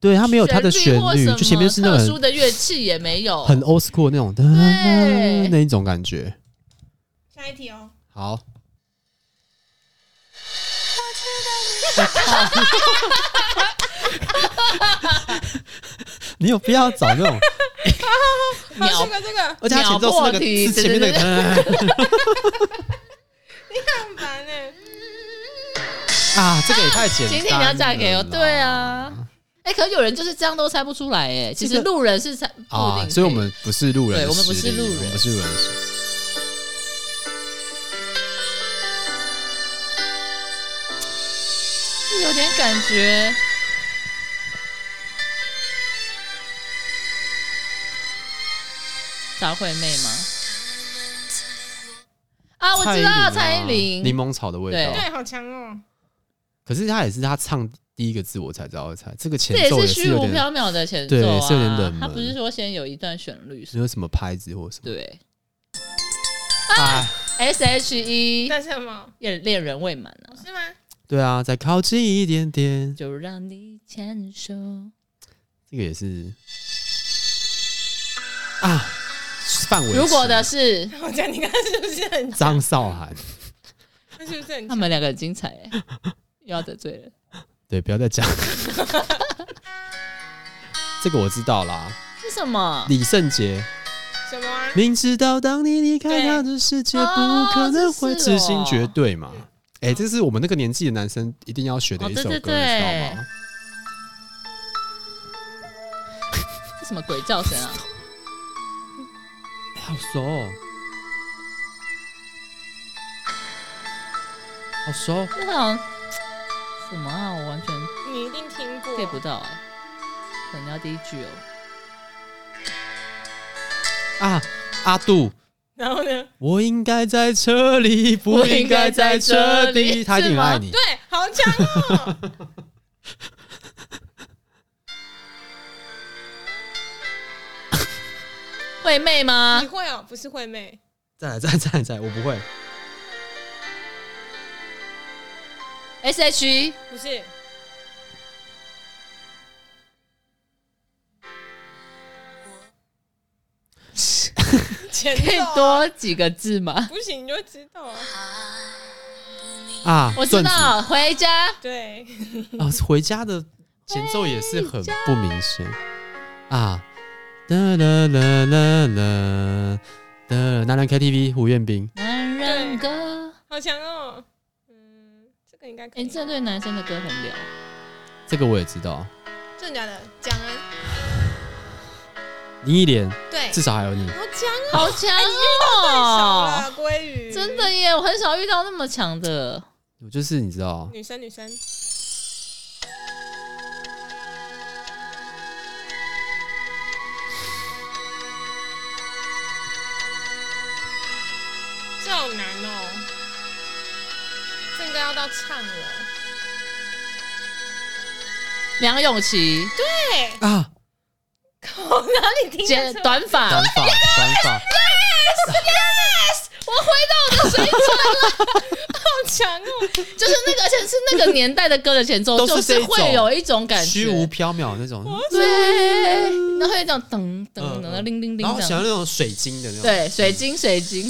Speaker 2: 对，它没有它的旋
Speaker 3: 或
Speaker 2: 律
Speaker 3: 什，
Speaker 2: 就前面
Speaker 3: 么
Speaker 2: 是那
Speaker 3: 特殊
Speaker 2: 种
Speaker 3: 的乐器也没有，
Speaker 2: 很很 old school 那种的
Speaker 3: 对
Speaker 2: 那一种感觉。
Speaker 1: 下一题哦，
Speaker 2: 好， 你有必要找那种，
Speaker 1: 好，
Speaker 3: 秒
Speaker 1: 这个这个
Speaker 2: 而且它前奏是那
Speaker 3: 秒破
Speaker 2: 个
Speaker 3: 题
Speaker 2: 是前面那
Speaker 3: 对
Speaker 2: 个
Speaker 1: 很烦哎，
Speaker 2: 哦啊，这个也太简单了。
Speaker 3: 今天你要嫁给我，对，啊。哎、可有人就是这样都猜不出来哎、其
Speaker 2: 这
Speaker 3: 实
Speaker 2: 个
Speaker 3: 路人是猜不一定
Speaker 2: 啊，
Speaker 3: 可
Speaker 2: 所以我们不是路人的
Speaker 3: 对我们不
Speaker 2: 实
Speaker 3: 是
Speaker 2: 力
Speaker 3: 路
Speaker 2: 我们
Speaker 3: 人
Speaker 2: 不是路人的实力。
Speaker 3: 有点感觉。张惠妹吗？啊，我知道蔡依林，
Speaker 2: 柠檬草的味道
Speaker 3: 对。
Speaker 1: 对，好强哦，
Speaker 2: 可是他也是他唱第一个字我才知道会猜，这个前
Speaker 3: 这也
Speaker 2: 奏
Speaker 3: 是
Speaker 2: 也
Speaker 3: 虚
Speaker 2: 有
Speaker 3: 无
Speaker 2: 点
Speaker 3: 缥缈的前奏
Speaker 2: 对
Speaker 3: 啊，
Speaker 2: 是有点冷门
Speaker 3: 他不是说先有一段旋律是
Speaker 2: 没有什么拍子或什么。
Speaker 3: 对啊
Speaker 2: 哎，
Speaker 3: S H E
Speaker 1: 那什么？
Speaker 3: 恋恋人未满啊，
Speaker 1: 是吗？
Speaker 2: 对啊，再靠近一点点，
Speaker 3: 就让你牵手。
Speaker 2: 这个也是啊，范围。
Speaker 3: 如果的是
Speaker 1: 我讲你刚刚是不是很，
Speaker 2: 张韶涵，
Speaker 1: 他是不是很
Speaker 3: 他？们两个很精彩、欸， 又要得罪人。
Speaker 2: 对，不要再讲。 这个我知道啦，
Speaker 3: 是什么？
Speaker 2: 李圣杰。
Speaker 1: 什么啊？
Speaker 2: 明知道当你离开
Speaker 1: 对
Speaker 2: 他的世界，
Speaker 3: 哦
Speaker 2: 不可能会
Speaker 3: 这是
Speaker 2: 知
Speaker 3: 哦
Speaker 2: 心绝对嘛？哎、这是我们那个年纪的男生一定要学的
Speaker 3: 哦
Speaker 2: 一
Speaker 3: 对
Speaker 2: 首歌，
Speaker 3: 对
Speaker 2: 你
Speaker 3: 对
Speaker 2: 知道吗？
Speaker 3: 是什么鬼叫声啊？
Speaker 2: 哎好熟、哦，好熟。
Speaker 3: 这好像什么啊？我完全
Speaker 1: 你一定听过
Speaker 3: get 不到哎、可能要第一句哦。
Speaker 2: 啊，阿杜，
Speaker 1: 然后呢？
Speaker 2: 我应该在这里，不应该在这
Speaker 3: 不应该在这
Speaker 2: 里。
Speaker 3: 里
Speaker 2: 他一定很爱你，
Speaker 1: 对，好强哦！
Speaker 3: 惠妹吗
Speaker 1: 你？会哦，不是惠妹，
Speaker 2: 再来，再来，再来，再来，我不会。
Speaker 3: S H E
Speaker 1: 不是前
Speaker 3: 可以
Speaker 1: 奏啊
Speaker 3: 多几个字吗？
Speaker 1: 不行你就知道啊。
Speaker 2: 啊，
Speaker 3: 我知
Speaker 2: 段子
Speaker 3: 道，回家
Speaker 1: 对，
Speaker 2: 啊，回家的前奏也是很不明显啊。啦啦啦啦啦，的南南 KTV 胡彦斌，
Speaker 3: 男人歌。
Speaker 1: 好强哦。嗯，这个应该可
Speaker 3: 哎、
Speaker 1: 以。
Speaker 3: 这对男生的歌很聊。
Speaker 2: 这个我也知道。
Speaker 1: 真的假的？讲啊，
Speaker 2: 林忆莲
Speaker 1: 对，
Speaker 2: 至少还有你，
Speaker 1: 好强哦，
Speaker 3: 好强
Speaker 1: 太少
Speaker 3: 哦！
Speaker 1: 了，啊鲑鱼，
Speaker 3: 真的耶，我很少遇到那么强的。
Speaker 2: 我就是你知道，
Speaker 1: 女生女生，这好难哦，这应该要到唱了。
Speaker 3: 梁咏琪
Speaker 1: 对，
Speaker 2: 啊，
Speaker 1: 我哪里听
Speaker 3: 剪
Speaker 1: 得出来？
Speaker 3: 短发，
Speaker 2: 短发短发，
Speaker 3: 我回到我的水准，
Speaker 1: 好强哦！
Speaker 3: 就是那个，而且是那个年代的歌的前 奏，
Speaker 2: 都
Speaker 3: 就是
Speaker 2: 这一
Speaker 3: 是
Speaker 2: 种
Speaker 3: 会有一种 感觉，
Speaker 2: 虚无缥缈那种，
Speaker 3: 对，然后会有一种噔噔噔铃铃
Speaker 2: 嗯
Speaker 3: 铃
Speaker 2: 然后想要
Speaker 3: 的，
Speaker 2: 那种水晶的那种，
Speaker 3: 对，水晶水晶，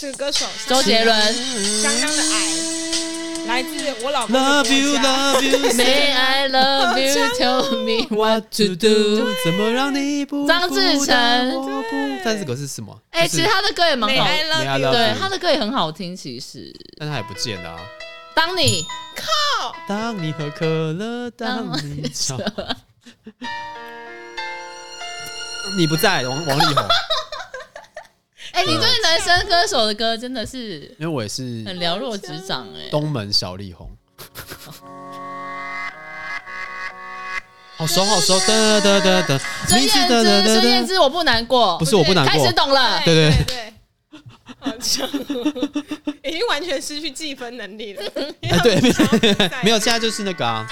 Speaker 1: 这个歌手
Speaker 3: 周杰伦，
Speaker 1: 相当的矮，来自我老公的国
Speaker 2: Love you,
Speaker 1: 家。
Speaker 2: love you,
Speaker 3: May I love you, tell me what to do。
Speaker 2: 怎么让你不
Speaker 3: 张智
Speaker 2: 孤单
Speaker 3: 成
Speaker 2: 我不但这个是什么？
Speaker 3: 哎，
Speaker 2: 就
Speaker 3: 其
Speaker 2: 是
Speaker 3: 实他的歌也蛮
Speaker 1: May
Speaker 3: 好，
Speaker 1: I love
Speaker 2: May I
Speaker 1: you
Speaker 3: 对
Speaker 2: you
Speaker 3: 他的歌也很好听。其实，
Speaker 2: 但他也不见了啊。
Speaker 3: 当你
Speaker 2: 当你喝可乐，当
Speaker 3: 当
Speaker 2: 你吵， 你不在，王王力宏，
Speaker 3: 哎，你对男生歌手的歌真的是
Speaker 2: 因为我也是
Speaker 3: 很了若指掌哎。
Speaker 2: 东门小力宏。
Speaker 3: 哦
Speaker 2: 好熟，好熟，得得得得，
Speaker 3: 孙
Speaker 2: 名字
Speaker 3: 燕
Speaker 2: 得得
Speaker 3: 姿，孙燕
Speaker 2: 得得，
Speaker 3: 姿，我不难过，
Speaker 2: 不是我不难
Speaker 3: 开
Speaker 2: 过
Speaker 3: 始，懂了。
Speaker 2: 对对
Speaker 1: 对对，好强哦！ 已经完全失去计分能力了。
Speaker 2: 哎对， 没有，
Speaker 1: 对
Speaker 2: 现在就是那个 啊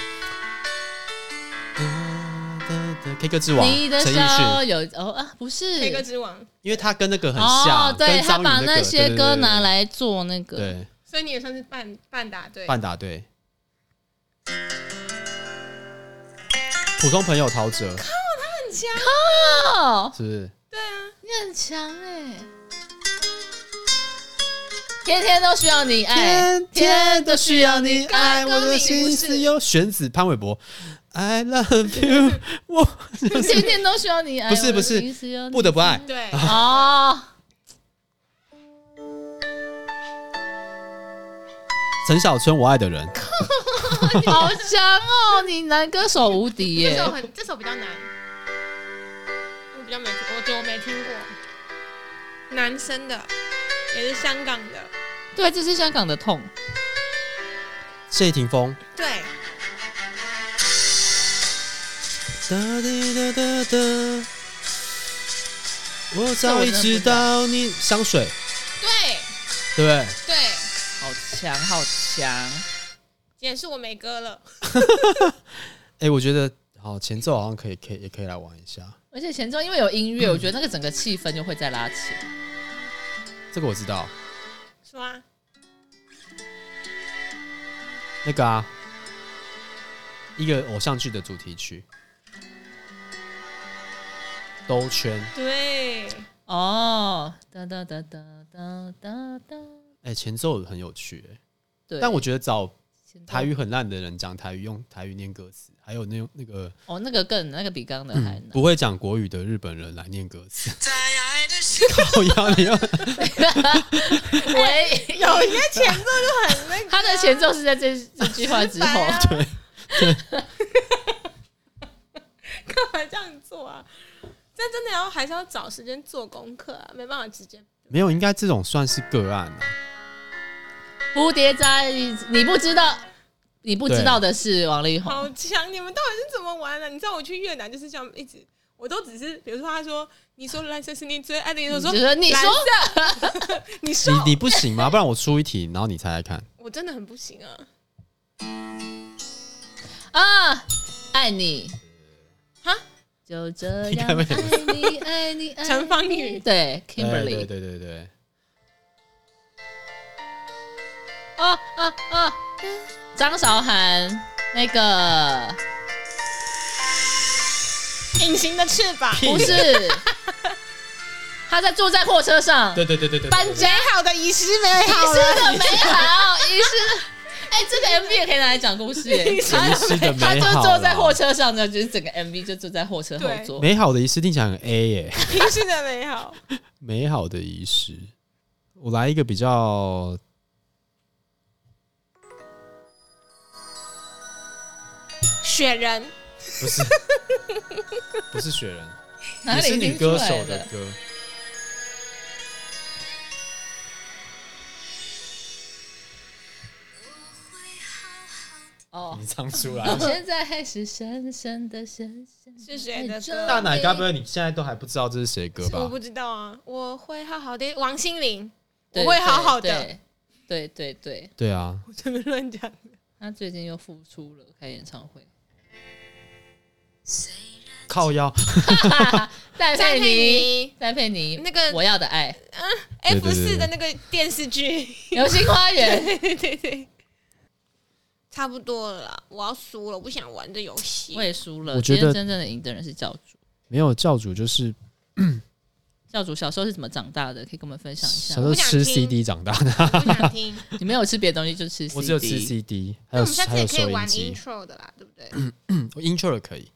Speaker 2: 得得得，K 歌之王，
Speaker 3: 你的
Speaker 2: 陈奕
Speaker 3: 笑
Speaker 2: 迅，
Speaker 3: 有哦啊，不是
Speaker 1: 黑歌之王，
Speaker 2: 因为他跟那个很
Speaker 3: 哦
Speaker 2: 像，，
Speaker 3: 对
Speaker 2: 跟
Speaker 3: 他
Speaker 2: 张宇
Speaker 3: 把
Speaker 2: 那
Speaker 3: 那
Speaker 2: 个
Speaker 3: 些歌拿，来做那
Speaker 2: 对对对
Speaker 3: 个，
Speaker 2: 对
Speaker 1: 所以你也算是半半答对。
Speaker 2: 对，半打对，普通朋友陶喆
Speaker 3: 哦，
Speaker 2: 是不是？
Speaker 3: 你很强哎、天天都需要你爱，
Speaker 2: 哎天都需要你爱，
Speaker 3: 刚刚
Speaker 2: 我的心思有选子潘玮柏，I love you，我
Speaker 3: 天天都需要你爱，
Speaker 2: 不是
Speaker 3: 我的
Speaker 2: 不是
Speaker 3: 心思有你
Speaker 2: 不得不爱
Speaker 1: 对，
Speaker 3: 哦，
Speaker 2: 陈小春我爱的人，
Speaker 3: 好强哦！你男歌手无敌
Speaker 5: 这
Speaker 3: 耶
Speaker 5: 首！很这首比较难，我比较没听，我觉得我没听过。
Speaker 1: 男生的也是香港的，
Speaker 3: 对，这是香港的痛。
Speaker 2: 谢霆锋。
Speaker 1: 对，
Speaker 2: 哒滴哒哒哒，我早已知道你香水，
Speaker 1: 对，
Speaker 2: 对不对？
Speaker 1: 对，
Speaker 3: 好强，好强！
Speaker 1: 也是我没歌了。
Speaker 2: 哎，我觉得好前奏好像可以，可以也可以来玩一下。
Speaker 3: 而且前奏因为有音乐，我觉得那个整个气氛就会再拉起来。
Speaker 2: 这个我知道，
Speaker 1: 说啊，
Speaker 2: 那个啊，一个偶像剧的主题曲，兜圈。
Speaker 1: 对，
Speaker 3: 哦，哒哒哒哒哒哒哒，
Speaker 2: 哎、前奏很有趣、哎
Speaker 3: 对。
Speaker 2: 但我觉得找
Speaker 3: 得
Speaker 2: 台语很烂的人讲台语，用台语念歌词，还有那种那个、
Speaker 3: 哦，那个更那个比刚的还
Speaker 2: 嗯
Speaker 3: 难。
Speaker 2: 不会讲国语的日本人来念歌词。 靠腰，你要
Speaker 3: 喂，
Speaker 1: 有一些前奏就很那个，
Speaker 3: 他的前奏是在这 这句话之后，
Speaker 1: 啊
Speaker 2: 对，
Speaker 1: 干嘛这样做啊？这真的要还是要找时间做功课啊，没办法直接。
Speaker 2: 没有，应该这种算是个案啊。
Speaker 3: 蝴蝶在你不知道，你不知道的是王力宏。
Speaker 1: 好强！你们到底是怎么玩的、啊你知道我去越南就是这样一直，我都只是比如说他说你说蓝色是你最爱的颜色，
Speaker 3: 你
Speaker 1: 我说
Speaker 3: 就说你
Speaker 1: 蓝
Speaker 3: 说
Speaker 1: 色你说
Speaker 3: 啊
Speaker 2: 你你不行吗？不然我出一题，然后你猜猜看。
Speaker 1: 我真的很不行啊
Speaker 3: 啊，爱你，
Speaker 1: 哈，
Speaker 3: 就这
Speaker 2: 你
Speaker 3: 样
Speaker 2: 看没有
Speaker 3: 爱你爱你爱你。
Speaker 1: 陈芳宇
Speaker 3: 对
Speaker 2: 对对
Speaker 3: ，Kimberly，
Speaker 2: 对对对，
Speaker 3: 哦哦哦，张韶涵那个
Speaker 1: 嗯隐形的翅膀，
Speaker 2: 屁
Speaker 3: 不是，他在坐在货车上，
Speaker 2: 对对对对对，
Speaker 3: 搬家
Speaker 1: 美好的遗失美
Speaker 3: 遗
Speaker 1: 好
Speaker 3: 失
Speaker 1: 了，
Speaker 3: 的美好，遗失的。哎、这个 MV 也可以拿来讲故事耶。
Speaker 2: 遗失的
Speaker 3: 他
Speaker 2: 美
Speaker 3: 就
Speaker 2: 好啦。
Speaker 3: 坐在货车上呢，就是整个 MV 就坐在货车后座。
Speaker 2: 美好的仪式听起来很 A 哎耶、
Speaker 1: 遗失的美好，
Speaker 2: 美好的仪式，我来一个比较
Speaker 1: 雪人
Speaker 2: 不 是不是雪人，
Speaker 3: 哪
Speaker 2: 也
Speaker 3: 里
Speaker 2: 是
Speaker 3: 听
Speaker 2: 女
Speaker 3: 出
Speaker 2: 歌
Speaker 3: 来
Speaker 2: 手的
Speaker 3: 的？
Speaker 2: 歌。
Speaker 3: 哦，
Speaker 2: 你唱出来
Speaker 3: 我现在还是深深的深深地
Speaker 1: 是谁的
Speaker 3: 爱着
Speaker 1: 歌？
Speaker 2: 大奶，该不会你现在都还不知道这是谁的歌
Speaker 1: 我
Speaker 2: 吧
Speaker 1: 不？知道啊，我会好好的。王心凌，我
Speaker 3: 对
Speaker 1: 会好好的。
Speaker 3: 对对对对，
Speaker 2: 对啊，
Speaker 1: 我这边乱 讲，
Speaker 3: 他最近又复出了，开演唱会。
Speaker 2: 靠腰，
Speaker 3: 戴
Speaker 1: 张佩
Speaker 3: 佩妮，
Speaker 1: 妮
Speaker 3: 戴佩妮，
Speaker 1: 那个
Speaker 3: 我要的爱，
Speaker 2: 对对
Speaker 1: ，F
Speaker 2: 对
Speaker 1: 四
Speaker 2: 对
Speaker 1: 的那个电视剧，
Speaker 3: 流星花园。
Speaker 1: 对对对，差不多了啦，我要输了，我不想玩这游戏
Speaker 3: 我。也输了，
Speaker 2: 我觉得
Speaker 3: 今天真正的赢的人是教主。
Speaker 2: 没有教主就是
Speaker 3: 教主小时候是怎么长大的？可以跟我们分享一
Speaker 2: 小
Speaker 3: 下
Speaker 2: 时。候吃
Speaker 1: 不想听
Speaker 2: CD 长大 的，
Speaker 1: 不想听，
Speaker 3: 你没有吃别的东西，就吃 CD。
Speaker 2: 我只有吃 CD，还有
Speaker 1: 那我们下次
Speaker 2: 还
Speaker 1: 也
Speaker 2: 有
Speaker 1: 可以
Speaker 2: 收
Speaker 1: 玩
Speaker 2: 音机。
Speaker 1: intro 的啦，对不对？
Speaker 2: 嗯 intro 也可以，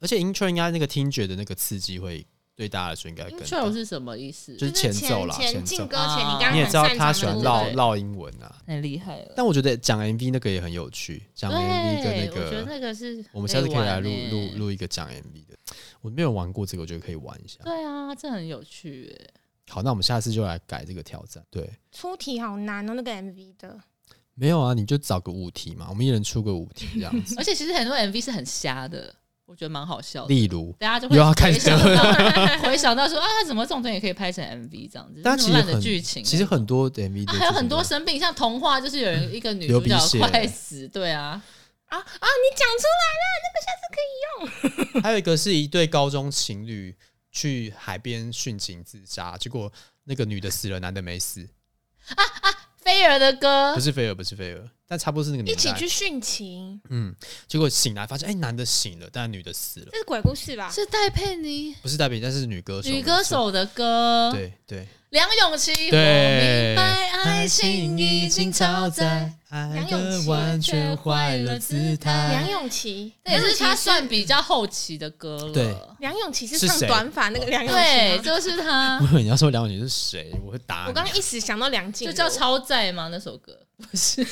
Speaker 2: 而且 intro 应该那个听觉的那个刺激会对大家来说应该更大
Speaker 3: Intro 是什么意思？
Speaker 2: 就是前奏啦，
Speaker 1: 前
Speaker 2: 前
Speaker 1: 进
Speaker 2: 奏。
Speaker 1: 歌前，
Speaker 3: 啊
Speaker 1: 你刚刚
Speaker 2: 你也
Speaker 1: 很
Speaker 2: 知道
Speaker 1: 擅
Speaker 2: 他
Speaker 1: 长
Speaker 2: 喜欢
Speaker 1: 的
Speaker 3: 绕
Speaker 2: 唠
Speaker 1: 那
Speaker 3: 对
Speaker 2: 唠英文啊，
Speaker 3: 太厉害了。
Speaker 2: 但我觉得讲 MV 那个也很有趣，讲 MV 的
Speaker 3: 对，
Speaker 2: 那
Speaker 3: 我觉得
Speaker 2: 个，
Speaker 3: 那个是
Speaker 2: 我们下次可以来录
Speaker 3: 可以玩欸
Speaker 2: 录录一个讲 MV 的。我没有玩过这个，我觉得可以玩一下。
Speaker 3: 对啊，这很有趣欸。
Speaker 2: 好，那我们下次就来改这个挑战。对，
Speaker 5: 出题好难哦，那个 MV 的
Speaker 2: 没有啊，你就找个五题嘛，我们一人出个五题这样子
Speaker 3: 。而且其实很多 MV 是很瞎的，我觉得蛮好笑的。
Speaker 2: 例如，
Speaker 3: 大家就会
Speaker 2: 又要看
Speaker 3: 回
Speaker 2: 什
Speaker 3: 想
Speaker 2: 么？
Speaker 3: 到 回想到说啊，怎么这种东西也可以拍成 MV 这样子？
Speaker 2: 但
Speaker 3: 这
Speaker 2: 其
Speaker 3: 种
Speaker 2: 实
Speaker 3: 烂的
Speaker 2: 很
Speaker 3: 剧情欸，
Speaker 2: 其实很多 MV 的
Speaker 3: 啊还有
Speaker 2: 剧情
Speaker 3: 很多
Speaker 2: 都
Speaker 3: 生病，像童话就是有人一个女
Speaker 2: 流
Speaker 3: 主
Speaker 2: 鼻
Speaker 3: 角
Speaker 2: 血欸
Speaker 3: 快死，对啊，
Speaker 1: 啊啊！你讲出
Speaker 2: 还有一个是一对高中情侣去海边殉情自杀，结果那个女的死了，男的没死，
Speaker 3: 菲儿的歌啊
Speaker 2: 不是菲尔，不是菲尔，但差不多是那个
Speaker 5: 一
Speaker 2: 年
Speaker 5: 起
Speaker 2: 代
Speaker 5: 去。殉情，
Speaker 2: 嗯，结果醒来发现，哎、男的醒了，但女的死了
Speaker 5: 这，是鬼故事吧？
Speaker 3: 是戴佩妮
Speaker 2: 不是代表，但是女歌手。
Speaker 3: 女歌手的歌，
Speaker 2: 对对
Speaker 3: 梁咏琪。我
Speaker 2: 对
Speaker 3: 明白爱情已经超载，
Speaker 2: 爱
Speaker 5: 梁咏琪梁咏 琪，
Speaker 3: 这也是
Speaker 5: 梁
Speaker 3: 她
Speaker 5: 咏琪
Speaker 3: 算比较后期的歌了。
Speaker 2: 对
Speaker 5: 梁咏琪是
Speaker 2: 是
Speaker 5: 唱
Speaker 2: 谁
Speaker 5: 短发那个梁咏琪
Speaker 3: 对，
Speaker 5: 吗。
Speaker 3: 就是她
Speaker 2: 我，以为你要说梁咏琪是谁，我会打你。
Speaker 5: 我刚刚一时想到梁静
Speaker 3: 就
Speaker 5: 茹，
Speaker 3: 叫超载吗？那首歌不是，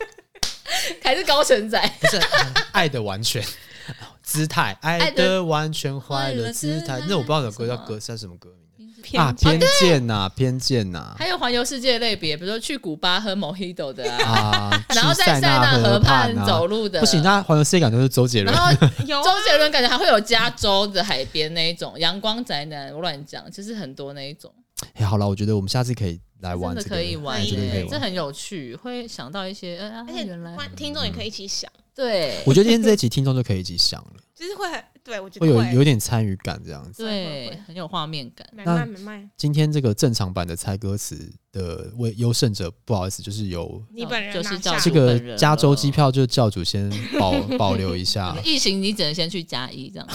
Speaker 3: 还是高城仔？
Speaker 2: 不是呃爱的完全 姿态，爱的完全坏了姿态。那我不知道这首歌叫歌叫什么歌名
Speaker 5: 偏
Speaker 2: 啊？偏见呐，偏见啊呐
Speaker 3: 还有环游世界类别，比如说去古巴喝 Mojito 的啊，
Speaker 2: 啊！
Speaker 3: 然后
Speaker 2: 去
Speaker 3: 在塞纳河畔
Speaker 2: 河啊
Speaker 3: 走路的，
Speaker 2: 不行，。那环游世界感就是周杰伦
Speaker 3: 然。后
Speaker 5: 有啊
Speaker 3: 周杰伦感觉还会有加州的海边那一种阳光宅男，我乱讲，其实很多那一种，
Speaker 2: 哎，好了，我觉得我们下次可以来
Speaker 3: 真
Speaker 2: 玩
Speaker 3: 的
Speaker 2: 这个，
Speaker 3: 可以玩
Speaker 2: 我觉得可以
Speaker 3: 耶，这
Speaker 2: 玩。
Speaker 3: 很有趣，会想到一些，
Speaker 1: 哎
Speaker 3: 呃，啊
Speaker 5: 而且
Speaker 3: 原来嗯
Speaker 5: 观听众也可以一起想，
Speaker 3: 对
Speaker 2: 我觉得今天这一集听众就可以一起想了，
Speaker 5: 就是会很对我觉得
Speaker 2: 会有
Speaker 5: 会
Speaker 2: 有点参与感这样子。
Speaker 5: 会
Speaker 3: 对
Speaker 5: 会，
Speaker 3: 很有画面感。
Speaker 5: 买
Speaker 2: 那
Speaker 5: 卖买卖，
Speaker 2: 今天这个正常版的猜歌词的为优胜者，不好意思，就是由
Speaker 5: 你本人
Speaker 3: 哦就是
Speaker 5: 拿下
Speaker 3: 叫
Speaker 2: 这
Speaker 3: 我本
Speaker 2: 个
Speaker 3: 人
Speaker 2: 加州
Speaker 3: 了
Speaker 2: 机票，就教主先保 保留一下。
Speaker 3: 疫情你只能先去加一 这样，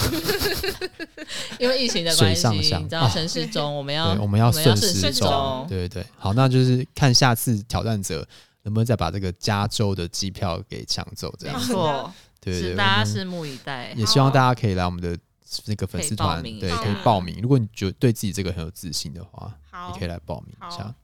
Speaker 3: 因为疫情的
Speaker 2: 水
Speaker 3: 关系，
Speaker 2: 上
Speaker 3: 你
Speaker 2: 乡
Speaker 3: 知
Speaker 2: 啊
Speaker 3: 道城市中我们要
Speaker 2: 对，我
Speaker 3: 们
Speaker 2: 们要
Speaker 3: 顺
Speaker 2: 顺时
Speaker 5: 钟
Speaker 2: 钟，对对对。好，那就是看下次挑战者能不能再把这个加州的机票给抢走，这
Speaker 3: 没
Speaker 2: 样
Speaker 5: 好
Speaker 3: 错，
Speaker 2: 对对
Speaker 3: 是
Speaker 2: 对。
Speaker 3: 大家
Speaker 2: 我们
Speaker 3: 拭目以待。
Speaker 2: 也希望大家可以来我们的那个粉丝团，
Speaker 3: 可以报名
Speaker 2: 对，
Speaker 3: 一下
Speaker 2: 可以报名。如果你觉得对自己这个很有自信的话，
Speaker 5: 好
Speaker 2: 你可以来报名一下
Speaker 5: 好。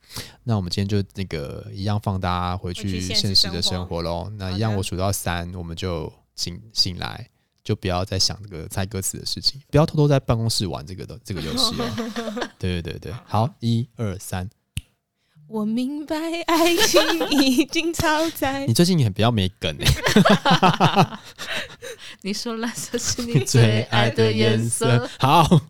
Speaker 2: 那我们今天就那个一样放大家回
Speaker 5: 回
Speaker 2: 去
Speaker 5: 去
Speaker 2: 现
Speaker 5: 现
Speaker 2: 实
Speaker 5: 实
Speaker 2: 的生
Speaker 5: 生
Speaker 2: 活喽。那
Speaker 5: 好
Speaker 2: 一样，
Speaker 5: 的
Speaker 2: 我数到三，我们就醒醒来，就不要再想这个猜歌词的事情，不要偷偷在办公室玩这个的这个游戏哦。 对对对对，好，一二三。
Speaker 1: 我明白爱情已经超 载
Speaker 2: 你，最近你很比较没梗 哎、
Speaker 3: 你说蓝色是你
Speaker 2: 最爱的颜色。。好，